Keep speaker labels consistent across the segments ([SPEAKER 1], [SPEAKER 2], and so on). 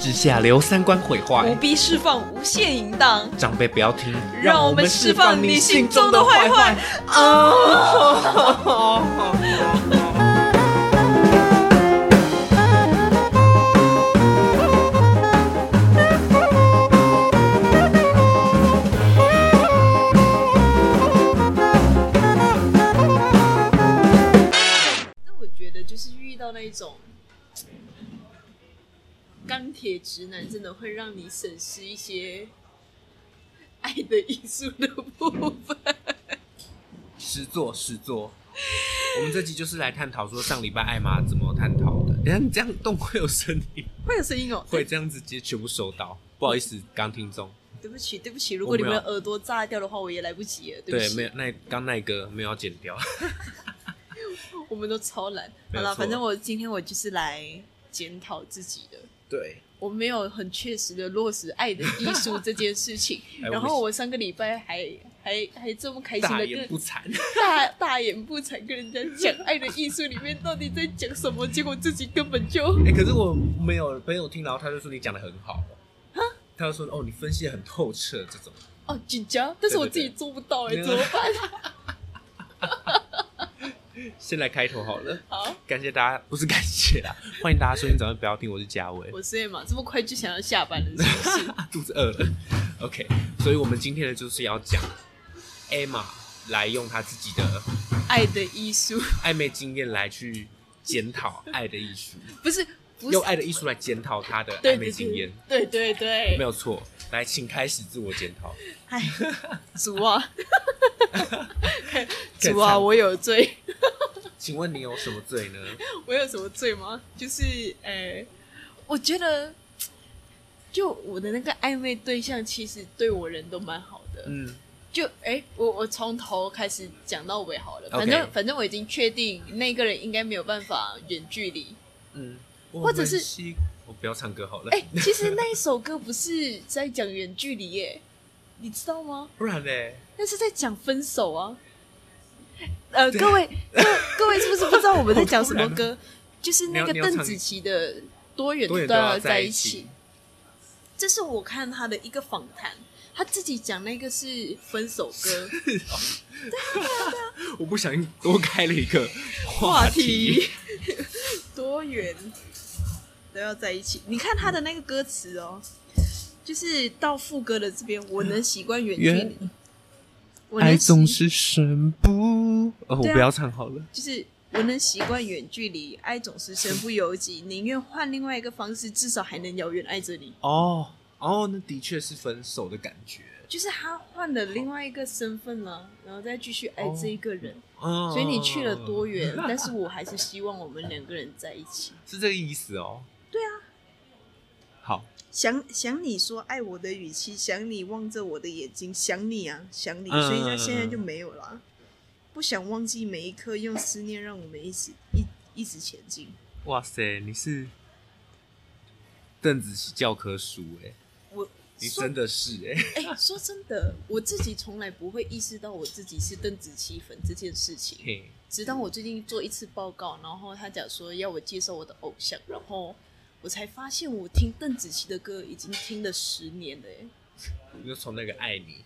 [SPEAKER 1] 之下留三观毁
[SPEAKER 2] 不
[SPEAKER 1] 坏。
[SPEAKER 2] 必释放无限淫荡，
[SPEAKER 1] 长辈不要听，
[SPEAKER 2] 让我们释放你心中的坏坏。
[SPEAKER 3] 哦但我觉得就是遇到那一种钢铁直男，真的会让你审视一些爱的因素的部分。
[SPEAKER 1] 实作实作。我们这集就是来探讨说上礼拜艾玛怎么探讨的。等一下你这样动会有声音，
[SPEAKER 3] 会有声音哦，
[SPEAKER 1] 会这样子直接全部收到。不好意思，刚听众，
[SPEAKER 3] 对不起，对不起，如果你们的耳朵炸掉的话，我也来不及了，对不
[SPEAKER 1] 对，
[SPEAKER 3] 起，
[SPEAKER 1] 没有那刚那个没有要剪掉。
[SPEAKER 3] 我们都超懒。
[SPEAKER 1] 没
[SPEAKER 3] 好
[SPEAKER 1] 有
[SPEAKER 3] 了，
[SPEAKER 1] 错
[SPEAKER 3] 反正我今天我就是来检讨自己的。
[SPEAKER 1] 对，
[SPEAKER 3] 我没有很确实的落实爱的艺术这件事情
[SPEAKER 1] 哎，
[SPEAKER 3] 然后
[SPEAKER 1] 我
[SPEAKER 3] 我上个礼拜还还还这么开心
[SPEAKER 1] 大
[SPEAKER 3] 的
[SPEAKER 1] 言
[SPEAKER 3] 跟
[SPEAKER 1] 不惭。
[SPEAKER 3] 大大言不惭跟人家讲《爱的艺术》里面到底在讲什么，结果自己根本就
[SPEAKER 1] 哎、可是我没有朋友听，然后他就说你讲的很好，他就说哦，你分析的很透彻，这种
[SPEAKER 3] 哦紧张，但是我自己做不到哎、
[SPEAKER 1] 对对
[SPEAKER 3] 怎么办？
[SPEAKER 1] 先来开头好了。
[SPEAKER 3] 好，
[SPEAKER 1] 感谢大家，不是感谢啦， 欢迎大家收听，早上不要听，我是嘉伟，
[SPEAKER 3] 我是 M，这么快就想要下班了，是不是？
[SPEAKER 1] 肚子饿了。OK，所以我们今天的就是要讲 Emma 来用她自己的
[SPEAKER 3] 爱的艺术
[SPEAKER 1] 暧昧经验来去检讨爱的艺术，
[SPEAKER 3] 不是不是
[SPEAKER 1] 用爱的艺术来检讨她的
[SPEAKER 3] 对
[SPEAKER 1] 暧昧
[SPEAKER 3] 对
[SPEAKER 1] 经验
[SPEAKER 3] 对，对对对，
[SPEAKER 1] 没有错。来，请开始自我检讨。
[SPEAKER 3] 哎，主 啊，
[SPEAKER 1] 更
[SPEAKER 3] 主啊，
[SPEAKER 1] 惨
[SPEAKER 3] 我有罪，
[SPEAKER 1] 请问你有什么罪呢？
[SPEAKER 3] 我有什么罪吗？就是呃、我觉得就我的那个暧昧对象，其实对我人都蛮好的，
[SPEAKER 1] 嗯，
[SPEAKER 3] 就哎、我我从头开始讲到尾好了，
[SPEAKER 1] OK
[SPEAKER 3] 反正反正我已经确定那个人应该没有办法远距离。
[SPEAKER 1] 嗯，
[SPEAKER 3] 或者是
[SPEAKER 1] 我们西我不要唱歌好了，
[SPEAKER 3] 哎、其实那一首歌不是在讲远距离耶，你知道吗？
[SPEAKER 1] 不然嘞，
[SPEAKER 3] 那是在讲分手啊。呃，
[SPEAKER 1] 对
[SPEAKER 3] 各位各各位是不是不知道我们在讲什么
[SPEAKER 1] 好突
[SPEAKER 3] 歌？就是那个
[SPEAKER 1] 你要你要唱
[SPEAKER 3] 邓紫棋的《多远
[SPEAKER 1] 多远
[SPEAKER 3] 都
[SPEAKER 1] 都
[SPEAKER 3] 要
[SPEAKER 1] 要
[SPEAKER 3] 在
[SPEAKER 1] 在
[SPEAKER 3] 一
[SPEAKER 1] 一
[SPEAKER 3] 起》
[SPEAKER 1] 起。
[SPEAKER 3] 这是我看他的一个访谈，他自己讲那个是分手 歌
[SPEAKER 1] 我不小心多开了一个
[SPEAKER 3] 话
[SPEAKER 1] 话
[SPEAKER 3] 题， 多远都要在一起。你看他的那个歌词哦，就是到副歌的这边，我能习惯远距离
[SPEAKER 1] 远，
[SPEAKER 3] 我能
[SPEAKER 1] 爱
[SPEAKER 3] 习
[SPEAKER 1] 总是身不……哦，我
[SPEAKER 3] 对啊
[SPEAKER 1] 不要唱好了。
[SPEAKER 3] 就是我能习惯远距离，爱总是身不由 己，宁愿换另外一个方式，至少还能遥远爱着你。
[SPEAKER 1] 哦哦，那的确是分手的感觉。
[SPEAKER 3] 就是他换了另外一个身份了，然后再继续爱这一个人。
[SPEAKER 1] 嗯，
[SPEAKER 3] 所以你去了多远？但是我还是希望我们两个人在一起。
[SPEAKER 1] 是这个意思哦。
[SPEAKER 3] 对啊，
[SPEAKER 1] 好，
[SPEAKER 3] 想想你说爱我的语气，想你望着我的眼睛，想你啊，想你，
[SPEAKER 1] 嗯
[SPEAKER 3] 所以他现在就没有了啊、不想忘记每一刻，用思念让我们一直一一直前进。
[SPEAKER 1] 哇塞，你是邓紫棋教科书哎、
[SPEAKER 3] 我
[SPEAKER 1] 你
[SPEAKER 3] 说
[SPEAKER 1] 真的是哎、
[SPEAKER 3] 哎、说真的，我自己从来不会意识到我自己是邓紫棋粉这件事情，
[SPEAKER 1] 嘿，
[SPEAKER 3] 直到我最近做一次报告，然后他讲说要我介绍我的偶像，然后我才发现我听邓紫棋的歌已经听了十年了、哎，
[SPEAKER 1] 你就从那个爱你，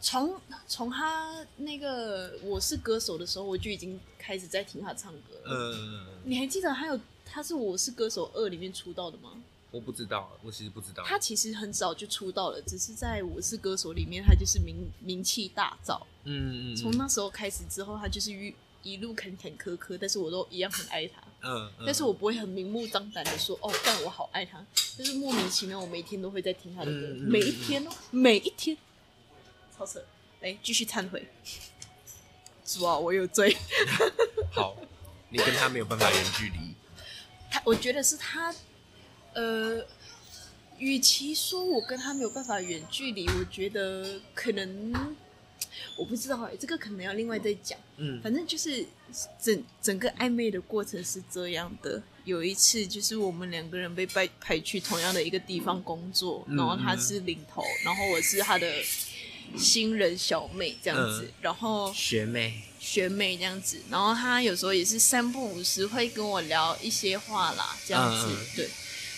[SPEAKER 3] 从从他那个《我是歌手》的时候，我就已经开始在听他唱歌了。
[SPEAKER 1] 嗯，
[SPEAKER 3] 你还记得还有他是《我是歌手二》里面出道的吗？
[SPEAKER 1] 我不知道，我其实不知道。
[SPEAKER 3] 他其实很早就出道了，只是在《我是歌手》里面，他就是名名气大噪。
[SPEAKER 1] 嗯嗯嗯，
[SPEAKER 3] 从那时候开始之后，他就是一一路坎坎坷坷，但是我都一样很爱他。
[SPEAKER 1] 嗯，嗯
[SPEAKER 3] 但是我不会很明目张胆的说哦，但我好爱他，但是莫名其妙，我每天都会在听他的歌，
[SPEAKER 1] 嗯嗯嗯
[SPEAKER 3] 每一天哦，每一天，超扯！来继续忏悔，主啊，我有罪。
[SPEAKER 1] 好，你跟他没有办法远距离。
[SPEAKER 3] 他我觉得是他，呃，与其说我跟他没有办法远距离，我觉得可能我不知道哎、这个可能要另外再讲。
[SPEAKER 1] 嗯
[SPEAKER 3] 反正就是整整个暧昧的过程是这样的。有一次，就是我们两个人被派派去同样的一个地方工作，
[SPEAKER 1] 嗯
[SPEAKER 3] 然后他是领头，然后我是他的新人小妹这样子，
[SPEAKER 1] 嗯
[SPEAKER 3] 然后
[SPEAKER 1] 学妹，
[SPEAKER 3] 学妹这样子，然后她有时候也是三不五时会跟我聊一些话啦，这样子，
[SPEAKER 1] 嗯嗯
[SPEAKER 3] 对。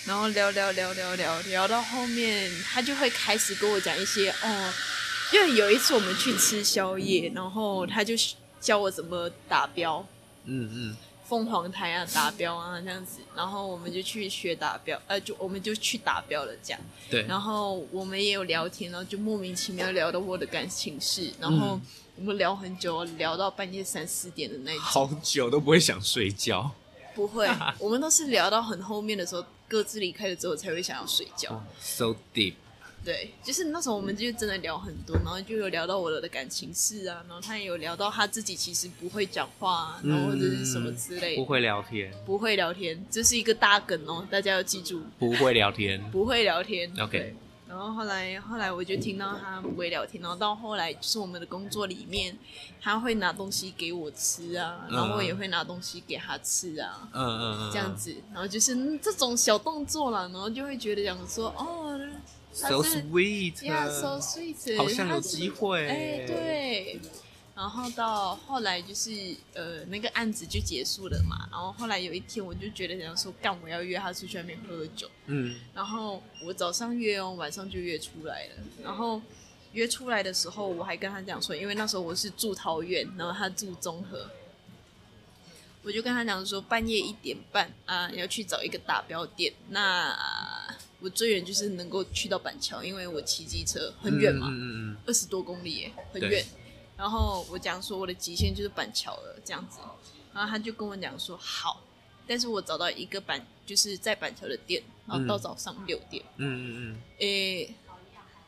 [SPEAKER 3] 然后聊聊聊聊聊聊到后面，他就会开始跟我讲一些哦，因为有一次我们去吃宵夜，然后他就教我怎么打标，
[SPEAKER 1] 嗯嗯，
[SPEAKER 3] 凤凰台啊打标啊这样子，然后我们就去学打标，呃，就我们就去打标了这样。
[SPEAKER 1] 对，
[SPEAKER 3] 然后我们也有聊天，然后就莫名其妙聊到我的感情事，然后
[SPEAKER 1] 嗯
[SPEAKER 3] 我们聊很久，哦聊到半夜三四点的那一种。
[SPEAKER 1] 好久都不会想睡觉。
[SPEAKER 3] 不会，我们都是聊到很后面的时候，各自离开了之后才会想要睡
[SPEAKER 1] 哦
[SPEAKER 3] 觉。
[SPEAKER 1] So deep，
[SPEAKER 3] 对，就是那时候我们就真的聊很多，然后就有聊到我的感情事啊，然后他也有聊到他自己其实不会讲话、啊，然后或者是什么之类的，
[SPEAKER 1] 不会聊天，
[SPEAKER 3] 不会聊天，这是一个大梗哦，大家要记住，
[SPEAKER 1] 不会聊天。
[SPEAKER 3] 不会聊天。
[SPEAKER 1] OK
[SPEAKER 3] 对然后后来后来我就听到他不会聊天，然后到后来就是我们的工作里面，他会拿东西给我吃啊，
[SPEAKER 1] 嗯
[SPEAKER 3] 然后我也会拿东西给他吃啊。
[SPEAKER 1] 嗯嗯嗯，
[SPEAKER 3] 这样子，然后就是嗯这种小动作啦，然后就会觉得讲说，哦，他
[SPEAKER 1] ，so
[SPEAKER 3] 是
[SPEAKER 1] sweet，
[SPEAKER 3] Yeah, so sweet，
[SPEAKER 1] 呃好像
[SPEAKER 3] 他
[SPEAKER 1] 有
[SPEAKER 3] 是
[SPEAKER 1] 机会。
[SPEAKER 3] 哎，，对。然后到后来就是呃那个案子就结束了嘛，然后后来有一天我就觉得想说干我要约他出去外面喝酒，
[SPEAKER 1] 嗯，
[SPEAKER 3] 然后我早上约哦，晚上就约出来了，然后约出来的时候我还跟他讲说，因为那时候我是住桃园，然后他住中和，我就跟他讲说半夜一点半啊要去找一个打标店，那啊我最远就是能够去到板桥，因为我骑机车很远嘛，
[SPEAKER 1] 嗯嗯
[SPEAKER 3] 二十多公里耶，很
[SPEAKER 1] 对
[SPEAKER 3] 远。然后我讲说我的极限就是板桥了这样子，然后他就跟我讲说好，但是我找到一个板就是在板桥的店，然后到
[SPEAKER 1] 嗯
[SPEAKER 3] 早上六点，
[SPEAKER 1] 嗯嗯嗯，
[SPEAKER 3] 诶、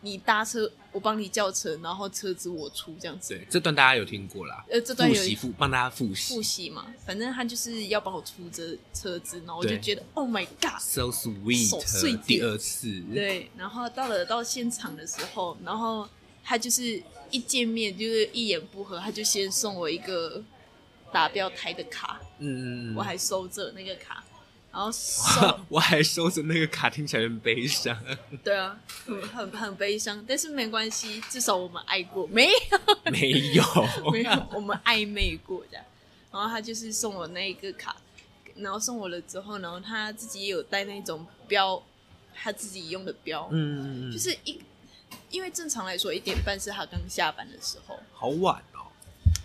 [SPEAKER 3] 你搭车我帮你叫车，然后车子我出这样子。
[SPEAKER 1] 对，这段大家有听过啦。
[SPEAKER 3] 呃，这段
[SPEAKER 1] 复
[SPEAKER 3] 有
[SPEAKER 1] 习复帮大家复
[SPEAKER 3] 复
[SPEAKER 1] 习
[SPEAKER 3] 习嘛，反正他就是要帮我出这车子，然后我就
[SPEAKER 1] 对
[SPEAKER 3] 觉得 Oh my God，
[SPEAKER 1] ，so
[SPEAKER 3] 手碎
[SPEAKER 1] sweet，
[SPEAKER 3] 点
[SPEAKER 1] 第二次，
[SPEAKER 3] 对，然后到了到现场的时候，然后他就是一见面就是一言不合，他就先送我一个打标台的卡，
[SPEAKER 1] 嗯嗯嗯，
[SPEAKER 3] 我还收着那个卡，然后收
[SPEAKER 1] 我还收着那个卡，听起来很悲伤。
[SPEAKER 3] 对啊，很很很悲伤，但是没关系，至少我们爱过，没
[SPEAKER 1] 没 有，
[SPEAKER 3] 没有，我们暧昧过这样。然后他就是送我那一个卡，然后送我了之后，然后他自己也有带那种标，他自己用的标，
[SPEAKER 1] 嗯，嗯嗯
[SPEAKER 3] 就是一，因为正常来说一点半是他刚下班的时候，
[SPEAKER 1] 好晚哦。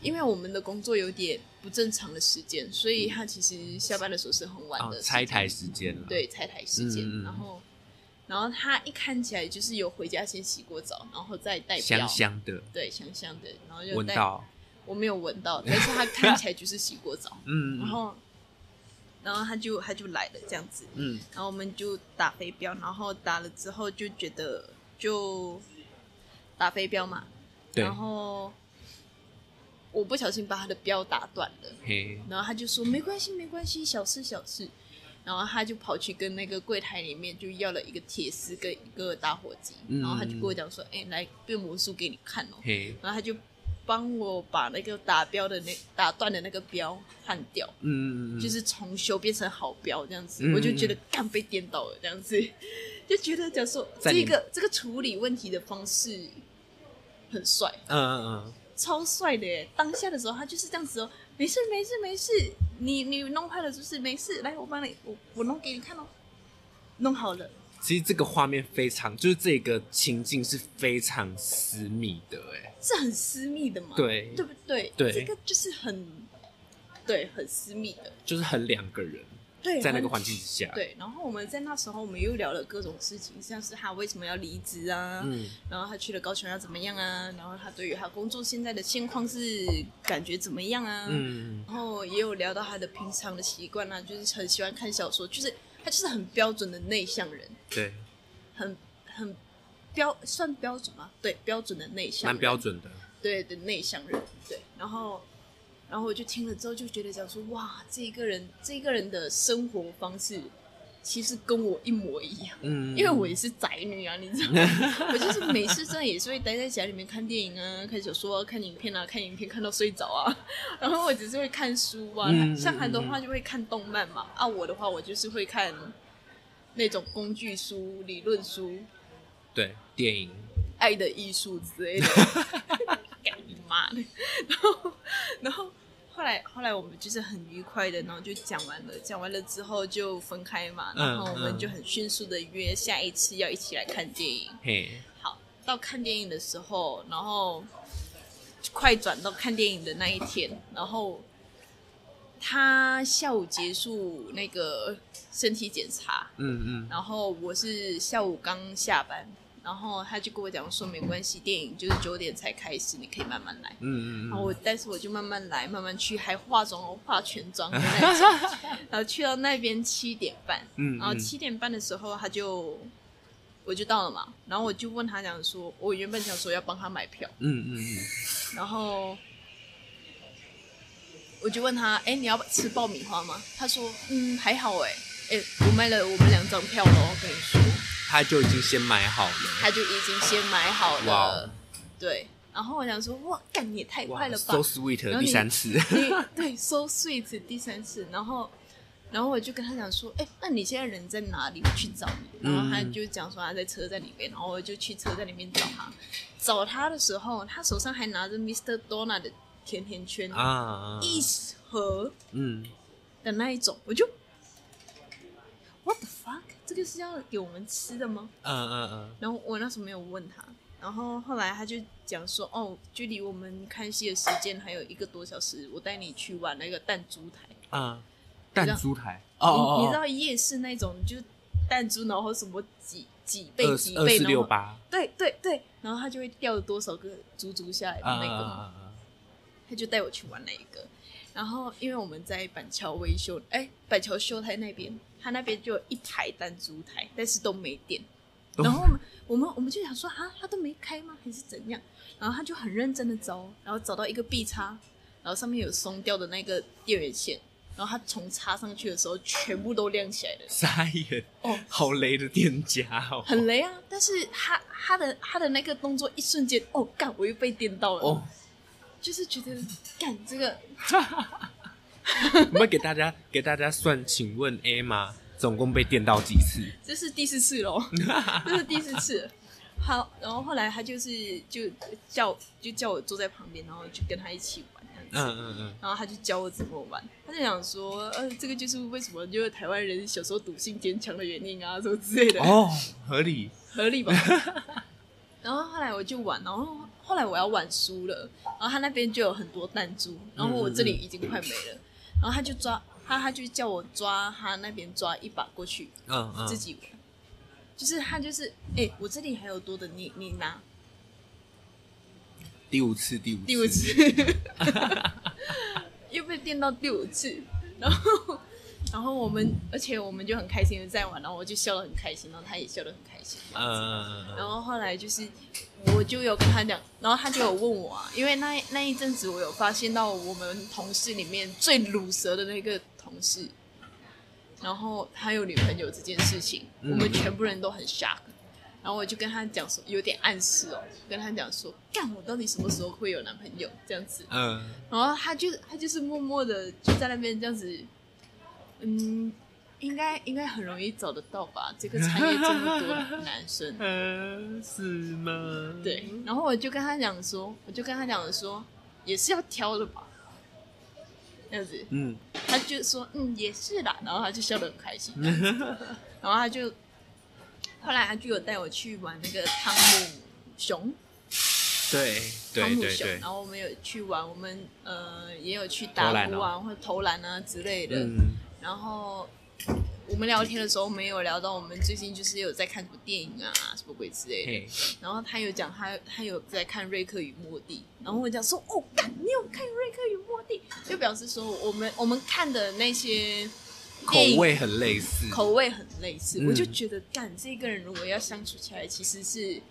[SPEAKER 3] 因为我们的工作有点不正常的时间，所以他其实下班的时候是很晚
[SPEAKER 1] 啊
[SPEAKER 3] 的，时间、
[SPEAKER 1] 拆台时间了。，
[SPEAKER 3] 对拆台时间，
[SPEAKER 1] 嗯嗯嗯
[SPEAKER 3] 然后然后他一看起来就是有回家先洗过澡，然后再带表
[SPEAKER 1] 香香的，
[SPEAKER 3] 对香香的，然后就
[SPEAKER 1] 闻
[SPEAKER 3] 带
[SPEAKER 1] 到，
[SPEAKER 3] 我没有闻到，但是他看起来就是洗 过澡，
[SPEAKER 1] 嗯，
[SPEAKER 3] 然后然后他就他就来了这样子，
[SPEAKER 1] 嗯，
[SPEAKER 3] 然后我们就打飞镖，然后打了之后就觉得就打飞镖嘛，
[SPEAKER 1] 对
[SPEAKER 3] 然，后我不小心把他的镖打断了，
[SPEAKER 1] 嘿，
[SPEAKER 3] 然后他就说没关系没关系，小事小事，然后他就跑去跟那个柜台里面就要了一个铁丝跟一个打火机，
[SPEAKER 1] 嗯
[SPEAKER 3] 然后他就跟我讲说，哎、来变魔术给你看哦，
[SPEAKER 1] 嘿，
[SPEAKER 3] 然后他就帮我把那个打标的那打断的那个标焊掉。
[SPEAKER 1] 嗯，嗯嗯
[SPEAKER 3] 就是重修变成好标这样子，
[SPEAKER 1] 嗯
[SPEAKER 3] 我就觉得干被颠倒了这样子，就觉得讲说
[SPEAKER 1] 在
[SPEAKER 3] 这
[SPEAKER 1] 你
[SPEAKER 3] 个这个处理问题的方式很帅，
[SPEAKER 1] 嗯嗯
[SPEAKER 3] 超帅的耶！当下的时候他就是这样子哦，没事没事没事，你你弄坏了就是没事，来我帮你我我弄给你看哦，弄好了，
[SPEAKER 1] 嗯，其实这个画面非常，就是这个情境是非常私密的，哎，
[SPEAKER 3] 是很私密的嘛，
[SPEAKER 1] 对
[SPEAKER 3] 对不对？
[SPEAKER 1] 对
[SPEAKER 3] 这个就是很对很私密的，
[SPEAKER 1] 就是很两个人
[SPEAKER 3] 对，
[SPEAKER 1] 在那个
[SPEAKER 3] 很
[SPEAKER 1] 环境之下，，
[SPEAKER 3] 对，然后我们在那时候，我们又聊了各种事情，像是他为什么要离职啊，
[SPEAKER 1] 嗯，
[SPEAKER 3] 然后他去了高雄要怎么样啊，然后他对于他工作现在的现况是感觉怎么样啊，
[SPEAKER 1] 嗯，
[SPEAKER 3] 然后也有聊到他的平常的习惯啊，就是很喜欢看小说，就是他就是很标准的内向人，
[SPEAKER 1] 对，
[SPEAKER 3] 很很标算标准吗？对，标准的内向人，
[SPEAKER 1] 蛮标准的，
[SPEAKER 3] 对的内向人，对，然后。然后我就听了之后就觉得讲说，哇，这一个人，这一个人的生活方式，其实跟我一模一样。
[SPEAKER 1] 嗯，
[SPEAKER 3] 因为我也是宅女啊，你知道 吗？我就是每次真的也是会待在家里面看电影啊、看小说、啊、看影片啊、看影片看到睡着啊。 然后我只是会看书啊，
[SPEAKER 1] 嗯
[SPEAKER 3] 像韩的话就会看动漫嘛，啊我的话我就是会看那种工具书、理论书、《
[SPEAKER 1] 对电影，
[SPEAKER 3] 爱的艺术》之类的。干你妈的！然后，然后后来后来我们就是很愉快的，然后就讲完了，讲完了之后就分开嘛，
[SPEAKER 1] 嗯
[SPEAKER 3] 然后我们
[SPEAKER 1] 嗯
[SPEAKER 3] 就很迅速的约下一次要一起来看电影。
[SPEAKER 1] 嘿，
[SPEAKER 3] 好，到看电影的时候，然后快转到看电影的那一天，然后他下午结束那个身体检查，
[SPEAKER 1] 嗯嗯，
[SPEAKER 3] 然后我是下午刚下班，然后他就跟我讲说没关系，电影就是九点才开始，你可以慢慢来。
[SPEAKER 1] 嗯嗯
[SPEAKER 3] 然
[SPEAKER 1] 嗯，
[SPEAKER 3] 后我，但是我就慢慢来，慢慢去，还化妆哦，化全妆的那种。然后去到那边七点半，
[SPEAKER 1] 嗯
[SPEAKER 3] 然后
[SPEAKER 1] 嗯
[SPEAKER 3] 七点半的时候他就我就到了嘛，然后我就问他讲说，哦我原本想说要帮他买票，
[SPEAKER 1] 嗯嗯嗯，
[SPEAKER 3] 然后我就问他，哎，你要吃爆米花吗？他说，嗯，还好哎，哎，我买了我们两张票了，我跟你说，
[SPEAKER 1] 他就已经先买好了，
[SPEAKER 3] 他就已经先买好
[SPEAKER 1] 哇
[SPEAKER 3] 了
[SPEAKER 1] 哦，
[SPEAKER 3] 对。然后我想说，哇，干你也太
[SPEAKER 1] 哇
[SPEAKER 3] 快了吧
[SPEAKER 1] ，so sweet，
[SPEAKER 3] 然后
[SPEAKER 1] 第
[SPEAKER 3] 你
[SPEAKER 1] 三次，
[SPEAKER 3] 你对，so sweet 第三次，然后，然后我就跟他讲说，哎、那你现在人在哪里？我去找你。然后他
[SPEAKER 1] 嗯
[SPEAKER 3] 就讲说他在车站里面，然后我就去车站里面找他。找他的时候，他手上还拿着 Mr. Dona 的甜甜圈，
[SPEAKER 1] 啊啊，啊
[SPEAKER 3] 一盒
[SPEAKER 1] 嗯，
[SPEAKER 3] 的那一种，我就，What the fuck？这个是要给我们吃的吗？
[SPEAKER 1] 嗯嗯嗯，
[SPEAKER 3] 然后我那时候没有问他，然后后来他就讲说，哦，距离我们看戏的时间还有一个多小时，我带你去玩那个弹珠台。
[SPEAKER 1] 啊，弹珠台，哦
[SPEAKER 3] 你你
[SPEAKER 1] 哦哦，
[SPEAKER 3] 知道夜市那种就是弹珠，然后什么几几倍
[SPEAKER 1] 二
[SPEAKER 3] 几
[SPEAKER 1] 二
[SPEAKER 3] 倍，
[SPEAKER 1] 四
[SPEAKER 3] 然
[SPEAKER 1] 六
[SPEAKER 3] 后
[SPEAKER 1] 八，
[SPEAKER 3] 对对对，然后他就会掉多少个珠珠下来的
[SPEAKER 1] 啊
[SPEAKER 3] 那
[SPEAKER 1] 啊
[SPEAKER 3] 个嘛，
[SPEAKER 1] 啊啊，
[SPEAKER 3] 他就带我去玩那一个。然后因为我们在板桥维修，哎，板桥修台那边，他那边就有一排弹珠台，但是都没电。
[SPEAKER 1] 都
[SPEAKER 3] 然后我们我们我们就想说啊，他都没开吗？还是怎样？然后他就很认真的找，然后找到一个壁插，然后上面有松掉的那个电源线，然后他从插上去的时候，全部都亮起来了。
[SPEAKER 1] 傻眼，
[SPEAKER 3] 哦，
[SPEAKER 1] 好雷的店家哦，
[SPEAKER 3] 很雷啊！但是他他的他的那个动作一瞬间，哦，干，我又被电到了，
[SPEAKER 1] 哦，
[SPEAKER 3] 就是觉得干这个
[SPEAKER 1] 我们给大家给大家算，请问 A 玛总共被电到几次？
[SPEAKER 3] 这是第四次喽，这是第四次了。好，然后后来他就是就叫就叫我坐在旁边，然后就跟他一起玩这样子。
[SPEAKER 1] 嗯嗯嗯，
[SPEAKER 3] 然后他就教我怎么玩，他就想说，呃，这个就是为什么就是台湾人小时候赌性坚强的原因啊，什么之类的。
[SPEAKER 1] 哦，合理，
[SPEAKER 3] 合理吧？然后后来我就玩，然后后来我要玩输了，然后他那边就有很多弹珠，然后我这里已经快没了，然后他就抓他他就叫我抓他那边抓一把过去
[SPEAKER 1] 嗯嗯，
[SPEAKER 3] 自己玩，就是他就是哎、我这里还有多的，你你拿
[SPEAKER 1] 第五次，第五次，
[SPEAKER 3] 第五次， 又被电到第五次，然后然后我们而且我们就很开心的在玩，然后我就笑得很开心，然后他也笑得很开心，
[SPEAKER 1] 嗯，嗯嗯
[SPEAKER 3] 然
[SPEAKER 1] 嗯
[SPEAKER 3] 后后来就是，我就有跟他讲，然后他就有问我啊，因为那那一阵子我有发现到我们同事里面最乳蛇的那个同事，然后他有女朋友这件事情，
[SPEAKER 1] 嗯
[SPEAKER 3] 我们全部人都很 shock。然后我就跟他讲说，有点暗示哦，跟他讲说，干我到底什么时候会有男朋友这样子。
[SPEAKER 1] 嗯，
[SPEAKER 3] 然后他就他就是默默的就在那边这样子，嗯，应该应该很容易找得到吧？这个产业这么多男生，
[SPEAKER 1] 呃，是吗？
[SPEAKER 3] 对，然后我就跟他讲说，我就跟他讲说，也是要挑的吧，这样子，
[SPEAKER 1] 嗯，
[SPEAKER 3] 他就说嗯也是啦，然后他就笑得很开心，
[SPEAKER 1] 嗯
[SPEAKER 3] 这样子然后他就后来他就有带我去玩那个汤姆熊，
[SPEAKER 1] 对
[SPEAKER 3] 汤
[SPEAKER 1] 对
[SPEAKER 3] 姆
[SPEAKER 1] 对
[SPEAKER 3] 熊，
[SPEAKER 1] 对
[SPEAKER 3] 然，后我们有去玩，我们呃也有去
[SPEAKER 1] 投
[SPEAKER 3] 打
[SPEAKER 1] 篮
[SPEAKER 3] 鼓
[SPEAKER 1] 哦
[SPEAKER 3] 啊或者投篮啊之类的，
[SPEAKER 1] 嗯，
[SPEAKER 3] 然后。我们聊天的时候没有聊到我们最近就是有在看什么电影啊，什么鬼之类的。
[SPEAKER 1] 嘿，
[SPEAKER 3] 然后他有讲他他有在看《瑞克与莫蒂》，然后我讲说哦，干你有看《瑞克与莫蒂》，就表示说我们我们看的那些
[SPEAKER 1] 口
[SPEAKER 3] 电影
[SPEAKER 1] 味很类似，
[SPEAKER 3] 口味很类似，
[SPEAKER 1] 嗯
[SPEAKER 3] 我就觉得干这个人如果要相处起来，其实是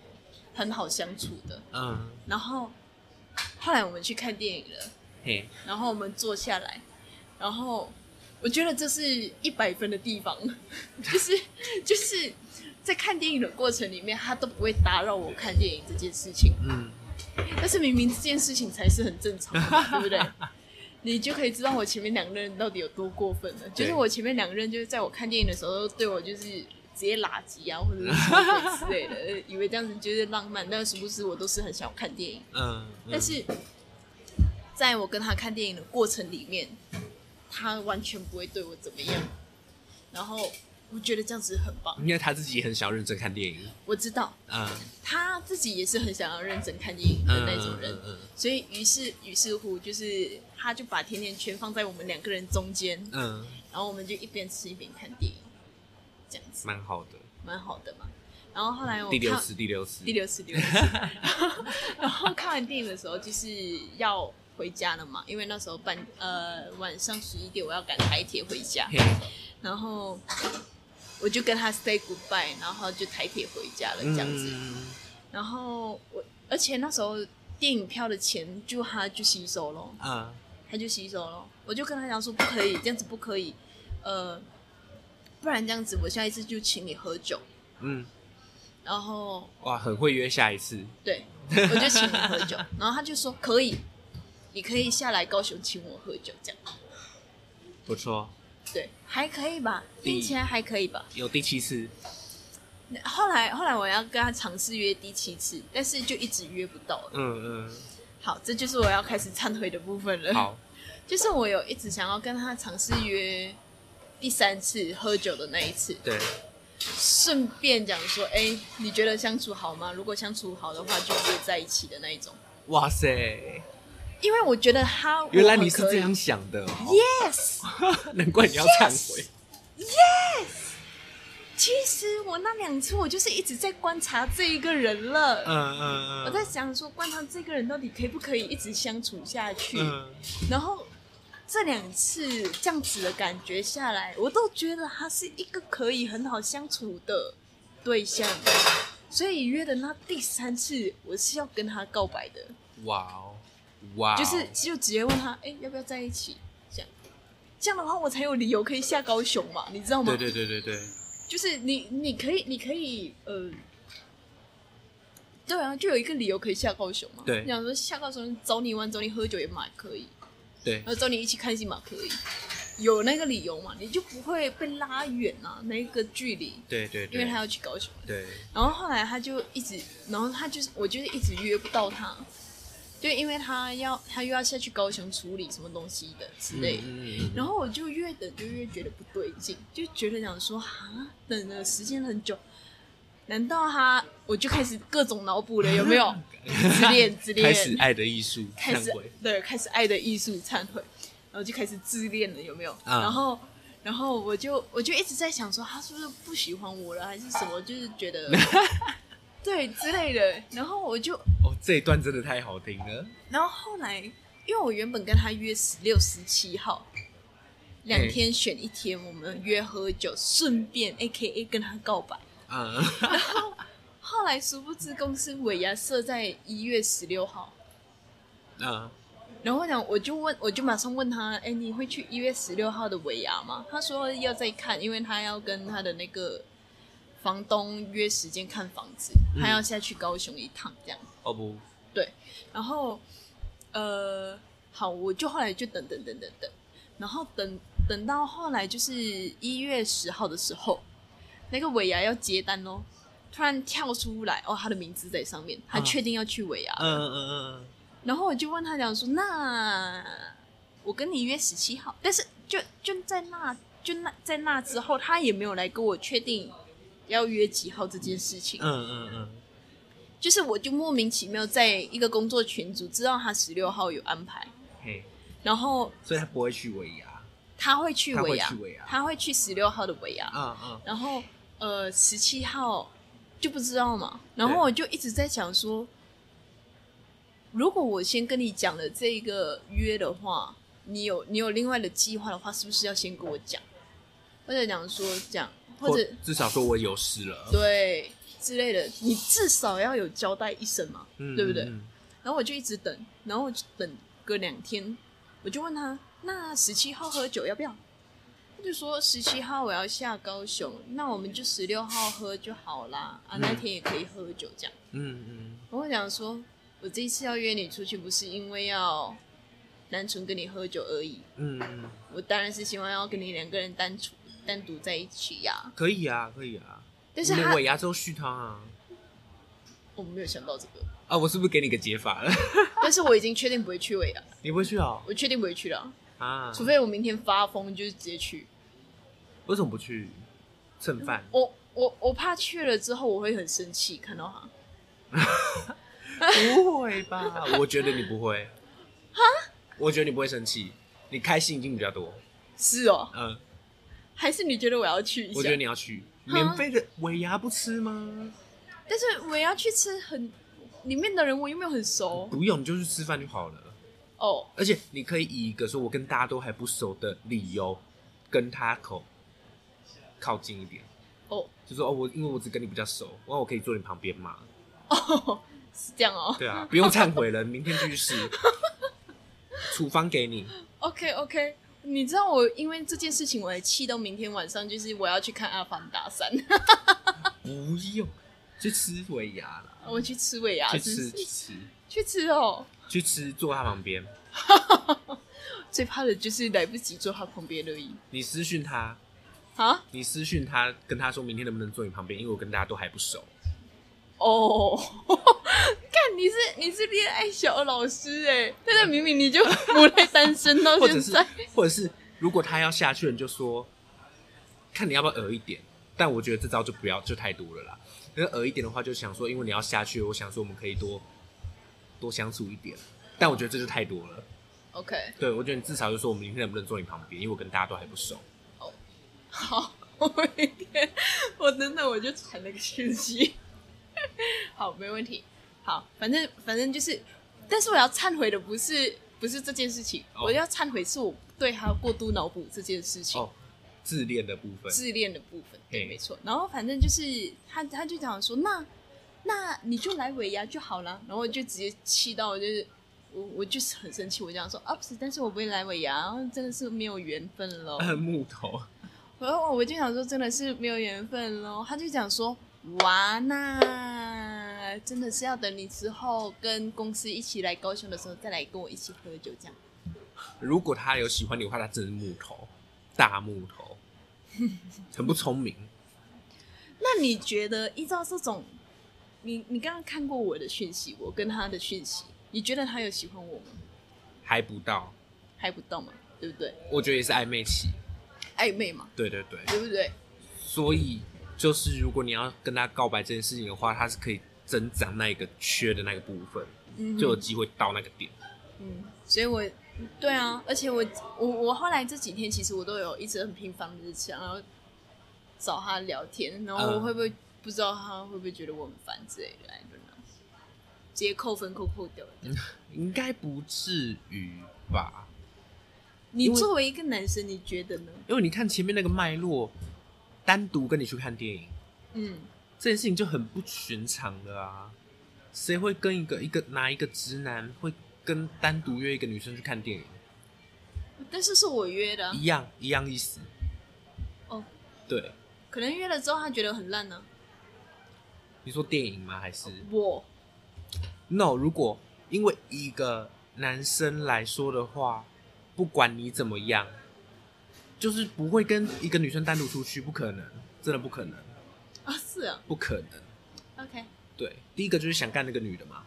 [SPEAKER 3] 很好相处的。
[SPEAKER 1] 嗯，
[SPEAKER 3] 然后后来我们去看电影了，
[SPEAKER 1] 嘿，
[SPEAKER 3] 然后我们坐下来，然后我觉得这是一百分的地方， 就是 就是在看电影的过程里面，他都不会打扰我看电影这件事情。
[SPEAKER 1] 嗯，
[SPEAKER 3] 但是明明这件事情才是很正常的嘛， 对不对？你就可以知道我前面两个人到底有多过分了。就是我前面两个人就是在我看电影的时候，对我就是直接垃圾啊，或者是什么鬼之类的，呃以嗯为这样子就是浪漫，但殊不知我都是很想看电影。
[SPEAKER 1] 嗯，嗯
[SPEAKER 3] 但是在我跟他看电影的过程里面，他完全不会对我怎么样，然后我觉得这样子很棒。
[SPEAKER 1] 因为他自己也很想认真看电影，
[SPEAKER 3] 我知道
[SPEAKER 1] 嗯，
[SPEAKER 3] 他自己也是很想要认真看电影的
[SPEAKER 1] 嗯
[SPEAKER 3] 那种人，
[SPEAKER 1] 嗯
[SPEAKER 3] 所以于是于是乎就是他就把甜甜圈放在我们两个人中间，
[SPEAKER 1] 嗯，嗯
[SPEAKER 3] 然后我们就一边吃一边看电影，这样子
[SPEAKER 1] 蛮好的。
[SPEAKER 3] 蛮好的嘛。然后后来我
[SPEAKER 1] 第六
[SPEAKER 3] 看
[SPEAKER 1] 次，第六次，
[SPEAKER 3] 哦第六次，第六次。然后看完电影的时候，就是要回家了嘛，因为那时候半呃晚上十一点，我要赶台铁回家，
[SPEAKER 1] 嘿
[SPEAKER 3] 然后我就跟他 say goodbye，然后就台铁回家了这样子。
[SPEAKER 1] 嗯
[SPEAKER 3] 然后我而且那时候电影票的钱就他就吸收了，
[SPEAKER 1] 啊，
[SPEAKER 3] 他就洗手了。我就跟他讲说不可以，这样子不可以，呃，不然这样子我下一次就请你喝酒。
[SPEAKER 1] 嗯，
[SPEAKER 3] 然后
[SPEAKER 1] 哇，很会约下一次，
[SPEAKER 3] 对，我就请你喝酒。然后他就说可以，你可以下来高雄请我喝酒，这样
[SPEAKER 1] 不错。
[SPEAKER 3] 对，还可以吧，
[SPEAKER 1] 第
[SPEAKER 3] 听起来还可以吧。
[SPEAKER 1] 有第七次，
[SPEAKER 3] 后来后来我要跟他尝试约第七次，但是就一直约不到了。
[SPEAKER 1] 嗯
[SPEAKER 3] 好，这就是我要开始忏悔的部分了。
[SPEAKER 1] 嗯，好，
[SPEAKER 3] 就是我有一直想要跟他尝试约第三次喝酒的那一次，
[SPEAKER 1] 对，
[SPEAKER 3] 顺便讲说，哎、你觉得相处好吗？如果相处好的话，就会在一起的那一种。
[SPEAKER 1] 哇塞，
[SPEAKER 3] 因为我觉得他，
[SPEAKER 1] 原来
[SPEAKER 3] 我很
[SPEAKER 1] 你是
[SPEAKER 3] 可以
[SPEAKER 1] 这样想的哦，
[SPEAKER 3] ，yes。
[SPEAKER 1] 难怪你要忏悔。
[SPEAKER 3] 其实我那两次，我就是一直在观察这一个人了。
[SPEAKER 1] 嗯嗯嗯，
[SPEAKER 3] 我在想说，观察这个人到底可以不可以一直相处下去？
[SPEAKER 1] 嗯，
[SPEAKER 3] 然后这两次这样子的感觉下来，我都觉得他是一个可以很好相处的对象，所以约的那第三次，我是要跟他告白的，
[SPEAKER 1] 哇哦，哇哦，
[SPEAKER 3] 就是就直接问他，哎、要不要在一起？这样，这样的话我才有理由可以下高雄嘛，你知道吗？
[SPEAKER 1] 对对对对对，
[SPEAKER 3] 就是你你可以你可以呃。对啊，就有一个理由可以下高雄嘛。
[SPEAKER 1] 对
[SPEAKER 3] 你想说下高雄找你玩，找你喝酒也蛮可以。呃
[SPEAKER 1] 对，
[SPEAKER 3] 然后找你一起看戏嘛，可以，有那个理由嘛，你就不会被拉远啊那个距离，
[SPEAKER 1] 对对
[SPEAKER 3] 因为他
[SPEAKER 1] 对，
[SPEAKER 3] 要去高雄。
[SPEAKER 1] 对，
[SPEAKER 3] 然后后来他就一直，然后他就是我就是一直约不到他，就因为他要他又要下去高雄处理什么东西的之类的。
[SPEAKER 1] 嗯，
[SPEAKER 3] 然后我就越等就越觉得不对劲，就觉得想说啊，等了时间很久，难道他我就开始各种脑补了，有没有？ 自恋自恋，
[SPEAKER 1] 开始爱的艺术，
[SPEAKER 3] 开始
[SPEAKER 1] 忏悔，
[SPEAKER 3] 对开始爱的艺术忏悔，然后就开始自恋了，有没有？
[SPEAKER 1] 啊
[SPEAKER 3] 然后然后我就我就一直在想说，他是不是不喜欢我了，还是什么？就是 觉得对之类的。然后我就
[SPEAKER 1] 哦，这一段真的太好听了，
[SPEAKER 3] 然后后来，因为我原本跟他约十六、十七号。两
[SPEAKER 1] 嗯
[SPEAKER 3] 天选一天，我们约喝酒，顺便 A K A 跟他告白。
[SPEAKER 1] 嗯，
[SPEAKER 3] 后来殊不知公司尾牙设在一月十六号，
[SPEAKER 1] 嗯，
[SPEAKER 3] 然后我讲，我就问，我就马上问他，哎，你会去一月十六号的尾牙吗？他说要再看，因为他要跟他的那个房东约时间看房子，
[SPEAKER 1] 嗯
[SPEAKER 3] 他要下去高雄一趟这样。
[SPEAKER 1] 哦不，
[SPEAKER 3] 然后，呃，好，我就后来就等等等等等，然后等等到后来就是一月十号的时候，那个尾牙要接单咯，突然跳出来哦，他的名字在上面，他
[SPEAKER 1] 啊
[SPEAKER 3] 确定要去尾牙了。
[SPEAKER 1] 嗯嗯嗯
[SPEAKER 3] 然后我就问他讲说，那我跟你约十七号，但是就就在那就那在那之后，他也没有来跟我确定要约几号这件事情。
[SPEAKER 1] 嗯嗯嗯，
[SPEAKER 3] 就是我就莫名其妙在一个工作群组知道他十六号有安排，
[SPEAKER 1] 嘿，
[SPEAKER 3] 然后
[SPEAKER 1] 所以他不会去尾牙，
[SPEAKER 3] 他会去维亚
[SPEAKER 1] 他会去尾牙，
[SPEAKER 3] 他会去十六号的维亚，
[SPEAKER 1] 嗯嗯，
[SPEAKER 3] 然后呃十七号就不知道嘛，然后
[SPEAKER 1] 对
[SPEAKER 3] 我就一直在想说，如果我先跟你讲了这个约的话，你有你有另外的计划的话，是不是要先跟我讲，或者讲说讲，或者
[SPEAKER 1] 至少说我有事了，
[SPEAKER 3] 对之类的，你至少要有交代一声嘛，
[SPEAKER 1] 嗯
[SPEAKER 3] 对不对？
[SPEAKER 1] 嗯嗯
[SPEAKER 3] 然后我就一直等，然后我就等个两天，我就问他，那十七号喝酒要不要？他就说十七号我要下高雄，那我们就十六号喝就好啦，啊，
[SPEAKER 1] 嗯
[SPEAKER 3] 那天也可以喝酒这样。
[SPEAKER 1] 嗯嗯，
[SPEAKER 3] 然后我讲说，我这一次要约你出去，不是因为要单纯跟你喝酒而已，
[SPEAKER 1] 嗯嗯，
[SPEAKER 3] 我当然是希望要跟你两个人单处单独在一起呀、
[SPEAKER 1] 可以啊，可以啊。
[SPEAKER 3] 但是
[SPEAKER 1] 你
[SPEAKER 3] 他
[SPEAKER 1] 们尾牙之后续汤啊，
[SPEAKER 3] 我没有想到这个，
[SPEAKER 1] 啊，我是不是给你个解法了？
[SPEAKER 3] 但是我已经确定不会去尾牙，
[SPEAKER 1] 你不会去哦？
[SPEAKER 3] 我确定不会去了，
[SPEAKER 1] 啊，
[SPEAKER 3] 除非我明天发疯，就是直接去。
[SPEAKER 1] 为什么不去蹭饭？
[SPEAKER 3] 我我我怕去了之后我会很生气，看到他，
[SPEAKER 1] 不会吧？ 我觉得你不会。我觉得你不会生气，你开心一定比较多。
[SPEAKER 3] 是哦，
[SPEAKER 1] 嗯，
[SPEAKER 3] 还是你觉得我要去一下？
[SPEAKER 1] 我觉得你要去免费的尾牙不吃吗？
[SPEAKER 3] 但是我要去吃很里面的人，我又没有很熟
[SPEAKER 1] 不用，你就去吃饭就好了。
[SPEAKER 3] 哦。
[SPEAKER 1] 而且你可以以一个说我跟大家都还不熟的理由，跟他口靠近一点，
[SPEAKER 3] 哦
[SPEAKER 1] 就说哦，我因为我只跟你比较熟，那我可以坐你旁边嘛。
[SPEAKER 3] 哦，是这样哦。
[SPEAKER 1] 对 啊，不用忏悔了，明天继续试。 处方给你，
[SPEAKER 3] OK OK，你知道我因为这件事情，我还气到明天晚上，就是我要去看《阿凡达三》，
[SPEAKER 1] 不用去吃尾牙啦，
[SPEAKER 3] 我去吃尾牙，
[SPEAKER 1] 去
[SPEAKER 3] 是
[SPEAKER 1] 吃
[SPEAKER 3] 不
[SPEAKER 1] 去
[SPEAKER 3] 是
[SPEAKER 1] 吃
[SPEAKER 3] 去吃哦。
[SPEAKER 1] 去吃，坐他旁边，
[SPEAKER 3] 最怕的就是来不及坐他旁边而已
[SPEAKER 1] 你私讯他，
[SPEAKER 3] 啊。
[SPEAKER 1] 你私讯他，跟他说明天能不能坐你旁边，因为我跟大家都还不熟。
[SPEAKER 3] 哦， 看你是你是恋爱小老师哎，但是明明你就母胎单身到
[SPEAKER 1] 或者
[SPEAKER 3] 现
[SPEAKER 1] 是
[SPEAKER 3] 在，
[SPEAKER 1] 或者是如果他要下去，你就说，看你要不要讹一点。但我觉得这招就不要就太多了啦。因为讹一点的话，就想说，因为你要下去，我想说我们可以多多相处一点。但我觉得这就太多了。
[SPEAKER 3] OK，
[SPEAKER 1] 对，我觉得你至少就说我们明天能不能坐你旁边，因为我跟大家都还不熟。
[SPEAKER 3] 好，我明天我等等我就传了个讯息， 好，没问题，好，反正反正就是，但是我要忏悔的不是不是这件事情，
[SPEAKER 1] 哦
[SPEAKER 3] 我要忏悔是我对他过度脑补这件事情。
[SPEAKER 1] 哦，自恋的部分，
[SPEAKER 3] 自恋的部分，对，
[SPEAKER 1] 嗯
[SPEAKER 3] 没错。然后反正就是他，他就讲说，那那你就来尾牙就好了。然后我就直接气到，就是我我就是很生气，我这样说啊，不是，但是我不会来尾牙，然后真的是没有缘分喽。
[SPEAKER 1] 呃木头，
[SPEAKER 3] 然后我就想说，真的是没有缘分喽。他就讲说，哇，那真的是要等你之后跟公司一起来高雄的时候，再来跟我一起喝酒这样。
[SPEAKER 1] 如果他有喜欢你的话，他真的是木头，大木 头，很不聪明。
[SPEAKER 3] 那你觉得依照这种，你你刚刚看过我的讯息，我跟他的讯息，你觉得他有喜欢我吗？
[SPEAKER 1] 还不到，
[SPEAKER 3] 还不到嘛，对不对？
[SPEAKER 1] 我觉得也是暧昧期。
[SPEAKER 3] 暧昧嘛，
[SPEAKER 1] 对对对，
[SPEAKER 3] 对不对？
[SPEAKER 1] 所以就是如果你要跟他告白这件事情的话，他是可以增长那一个缺的那个部分，
[SPEAKER 3] 嗯哼
[SPEAKER 1] 就有机会到那个点。
[SPEAKER 3] 嗯，所以我对啊，而且我我我后来这几天其实我都有一直很频繁的想要找他聊天，然后我
[SPEAKER 1] 嗯
[SPEAKER 3] 会不会、不知道他会不会觉得我很烦之类的，I don't know，直接扣分扣扣掉了。
[SPEAKER 1] 嗯应该不至于吧？
[SPEAKER 3] 你
[SPEAKER 1] 因为
[SPEAKER 3] 作为一个男生，你觉得呢？
[SPEAKER 1] 因为你看前面那个脉络，单独跟你去看电影
[SPEAKER 3] 嗯，
[SPEAKER 1] 这件事情就很不寻常的啊！谁会跟一个一个拿一个直男会跟单独约一个女生去看电影？
[SPEAKER 3] 嗯但是是我约的啊、
[SPEAKER 1] 一样一样意思。
[SPEAKER 3] 哦，
[SPEAKER 1] 对，
[SPEAKER 3] 可能约了之后他觉得很烂呢、
[SPEAKER 1] 你说电影吗？还是
[SPEAKER 3] 我
[SPEAKER 1] no？如果因为一个男生来说的话，不管你怎么样，就是不会跟一个女生单独出去，不可能，真的不可能，
[SPEAKER 3] 啊是啊
[SPEAKER 1] 不可能。
[SPEAKER 3] ，OK，
[SPEAKER 1] 对，第一个就是想干那个女的嘛，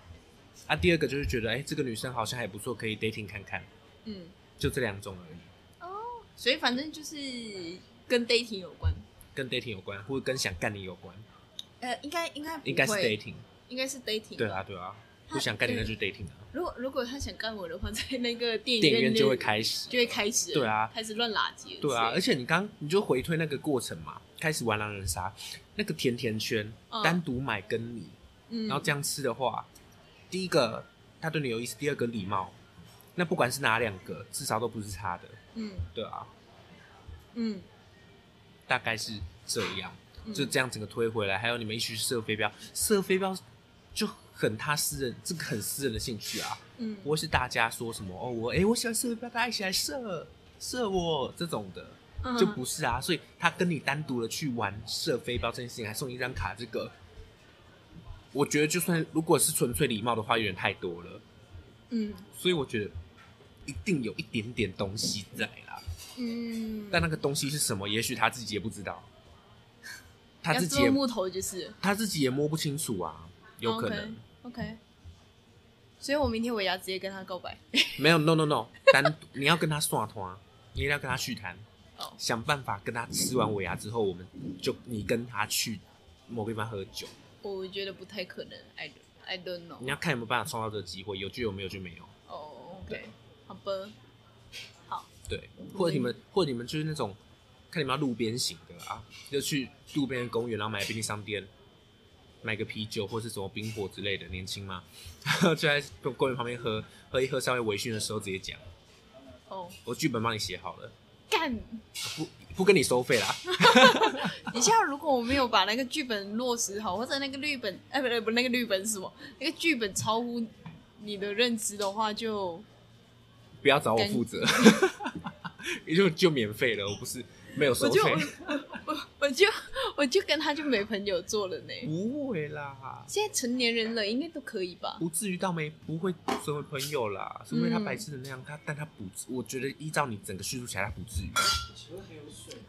[SPEAKER 1] 啊，第二个就是觉得，哎、这个女生好像还不错，可以 dating 看看，
[SPEAKER 3] 嗯，
[SPEAKER 1] 就这两种而已，
[SPEAKER 3] 哦，所以反正就是跟 dating 有关，
[SPEAKER 1] 跟 dating 有关，或者跟想干你有关，
[SPEAKER 3] 呃，应该应该不会
[SPEAKER 1] 应该是 dating。
[SPEAKER 3] 应该是 dating，
[SPEAKER 1] 对啊，对啊，不想干你那就是 dating 啊，
[SPEAKER 3] 如果如果他想干我的话，在那个电
[SPEAKER 1] 电影院
[SPEAKER 3] 院
[SPEAKER 1] 就会开始。
[SPEAKER 3] 就会开始了，
[SPEAKER 1] 对啊
[SPEAKER 3] 开始乱拉圾，
[SPEAKER 1] 对啊，而
[SPEAKER 3] 且
[SPEAKER 1] 且你刚你就回推那个过程嘛，开始玩狼人杀，那个甜甜圈、
[SPEAKER 3] 嗯
[SPEAKER 1] 单独买跟你，
[SPEAKER 3] 嗯，
[SPEAKER 1] 然后这样吃的话，第一个他对你有意思，第二个礼貌，那不管是哪两个，至少都不是差的，
[SPEAKER 3] 嗯
[SPEAKER 1] 对啊，
[SPEAKER 3] 嗯
[SPEAKER 1] 大概是这样，
[SPEAKER 3] 嗯
[SPEAKER 1] 就这样整个推回来，还有你们一起去射飞镖，射飞镖就很他私人，这个很私人的兴趣啊，
[SPEAKER 3] 嗯，
[SPEAKER 1] 不会是大家说什么哦，我哎、我喜欢射飞镖，大家一起来射射我这种的，
[SPEAKER 3] 嗯
[SPEAKER 1] 就不是啊，所以他跟你单独的去玩射飞镖这件事情，还送你一张卡，这个我觉得就算如果是纯粹礼貌的话，有点太多了，
[SPEAKER 3] 嗯
[SPEAKER 1] 所以我觉得一定有一点点东西在啦，
[SPEAKER 3] 嗯，
[SPEAKER 1] 但那个东西是什么，也许他自己 也不知道，他
[SPEAKER 3] 要
[SPEAKER 1] 自己
[SPEAKER 3] 做
[SPEAKER 1] 也
[SPEAKER 3] 木头就是
[SPEAKER 1] 他自己也摸不清楚啊，有可能。
[SPEAKER 3] OK，, 所以我明天尾牙直接跟他告白。
[SPEAKER 1] 没有，no no no，单你要跟他算团，你一定要跟他续谈
[SPEAKER 3] 哦
[SPEAKER 1] 想办法跟他吃完尾牙之后，我们就你跟他去某个地方喝酒，
[SPEAKER 3] 我觉得不太可能，I don't I don't
[SPEAKER 1] 你
[SPEAKER 3] know。
[SPEAKER 1] 要看有没有办法创造这个机会，有就有，没有就没有。
[SPEAKER 3] 哦、o k 好吧。
[SPEAKER 1] 对，或者你们，或者你们就是那种，看你们要路边型的啊，就去路边的公园，然后买便利商店，买个啤酒或是什么冰火之类的，年轻嘛，然后就在公园旁边喝，喝一喝，稍微微醺的时候直接讲，
[SPEAKER 3] 哦，
[SPEAKER 1] 我剧本帮你写好了，
[SPEAKER 3] 干！
[SPEAKER 1] 不不跟你收费啦，
[SPEAKER 3] 你像如果我没有把那个剧本落实好，或者那个绿本，哎、不对，不，那个绿本是什么？那个剧本超乎你的认知的话就，
[SPEAKER 1] 不要找我负责，也就就免费了，我不是没有收
[SPEAKER 3] 我就
[SPEAKER 1] 费，
[SPEAKER 3] 我就我就跟他就没朋友做了呢。
[SPEAKER 1] 不会啦。
[SPEAKER 3] 现在成年人了，应该都可以吧？
[SPEAKER 1] 不至于到没不会成为朋友啦，是因为他白痴的那样，他但他不，我觉得依照你整个叙述起来，他不至于。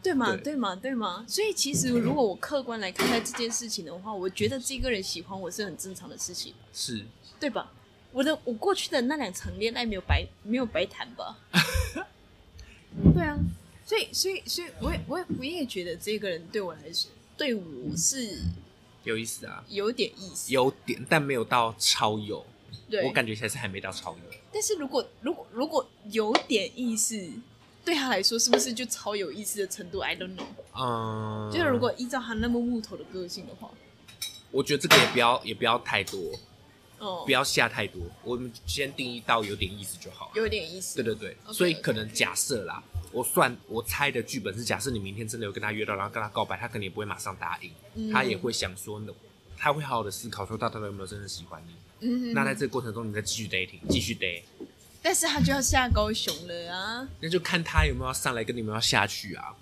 [SPEAKER 3] 对嘛，
[SPEAKER 1] 对
[SPEAKER 3] 对嘛，对嘛。所以其实如果我客观来看待这件事情的话，我觉得这个人喜欢我是很正常的事情，
[SPEAKER 1] 是，
[SPEAKER 3] 对吧？我的我过去的那两场恋爱没有白没有白谈吧？ 对啊，所以所以所以我也我也我也觉得这个人对我来说对我是
[SPEAKER 1] 有意思啊，
[SPEAKER 3] 有点意思。
[SPEAKER 1] 有点，但没有到超有。
[SPEAKER 3] 对，
[SPEAKER 1] 我感觉还是还没到超有。
[SPEAKER 3] 但是如果如果如果有点意思，对他来说是不是就超有意思的程度？I don't know。
[SPEAKER 1] 嗯，
[SPEAKER 3] 就是如果依照他那么木头的个性的话，
[SPEAKER 1] 我觉得这个也不要也不要太多，
[SPEAKER 3] 哦
[SPEAKER 1] 不，要下太多，我们先定义到有点意思就好了。
[SPEAKER 3] 有点意思。
[SPEAKER 1] 对对对
[SPEAKER 3] OK，
[SPEAKER 1] 所以可能假设啦，我算我猜的剧本是，假设你明天真的有跟他约到，然后跟他告白，他可能也不会马上答应，
[SPEAKER 3] 嗯
[SPEAKER 1] 他也会想说，他会好好的思考说，到底有没有真的喜欢你。
[SPEAKER 3] 嗯，
[SPEAKER 1] 那在这个过程中，你再继续 dating，继续 date，
[SPEAKER 3] 但是他就要下高雄了啊！
[SPEAKER 1] 那就看他有没有要上来跟你们要下去啊。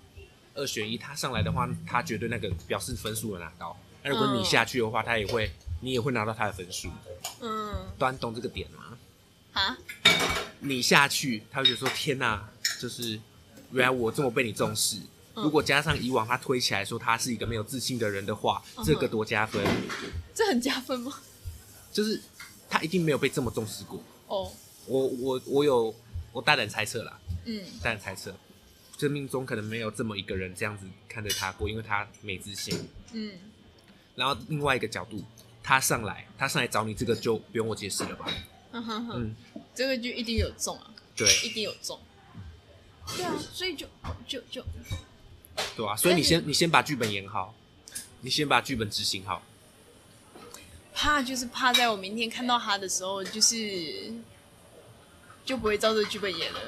[SPEAKER 1] 二选一，他上来的话，他绝对那个表示分数有拿到；那如果你
[SPEAKER 3] 嗯
[SPEAKER 1] 下去的话，他也会，你也会拿到他的分数。
[SPEAKER 3] 嗯，
[SPEAKER 1] 端懂这个点吗？
[SPEAKER 3] 啊，
[SPEAKER 1] 你下去，他会觉得说：“天哪、就是原来我这么被你重视。”
[SPEAKER 3] 嗯
[SPEAKER 1] 如果加上以往他推起来说他是一个没有自信的人的话，
[SPEAKER 3] 嗯哼
[SPEAKER 1] 这个多加分。
[SPEAKER 3] 这很加分吗？
[SPEAKER 1] 就是他一定没有被这么重视过。
[SPEAKER 3] 哦，
[SPEAKER 1] 我我我有我大胆猜测啦，
[SPEAKER 3] 嗯，
[SPEAKER 1] 大胆猜测，生命中可能没有这么一个人这样子看着他过，因为他没自信。
[SPEAKER 3] 嗯，
[SPEAKER 1] 然后另外一个角度，他上来，他上来找你，这个就不用我解释了吧？
[SPEAKER 3] 哈哈哈，
[SPEAKER 1] 嗯，
[SPEAKER 3] 这个就一定有中啊，
[SPEAKER 1] 对，
[SPEAKER 3] 一定有中。对啊，所以就就就
[SPEAKER 1] 对啊，所以你先你先把剧本演好，你先把剧本执行好，
[SPEAKER 3] 怕就是怕在我明天看到他的时候，就是就不会照着剧本演了。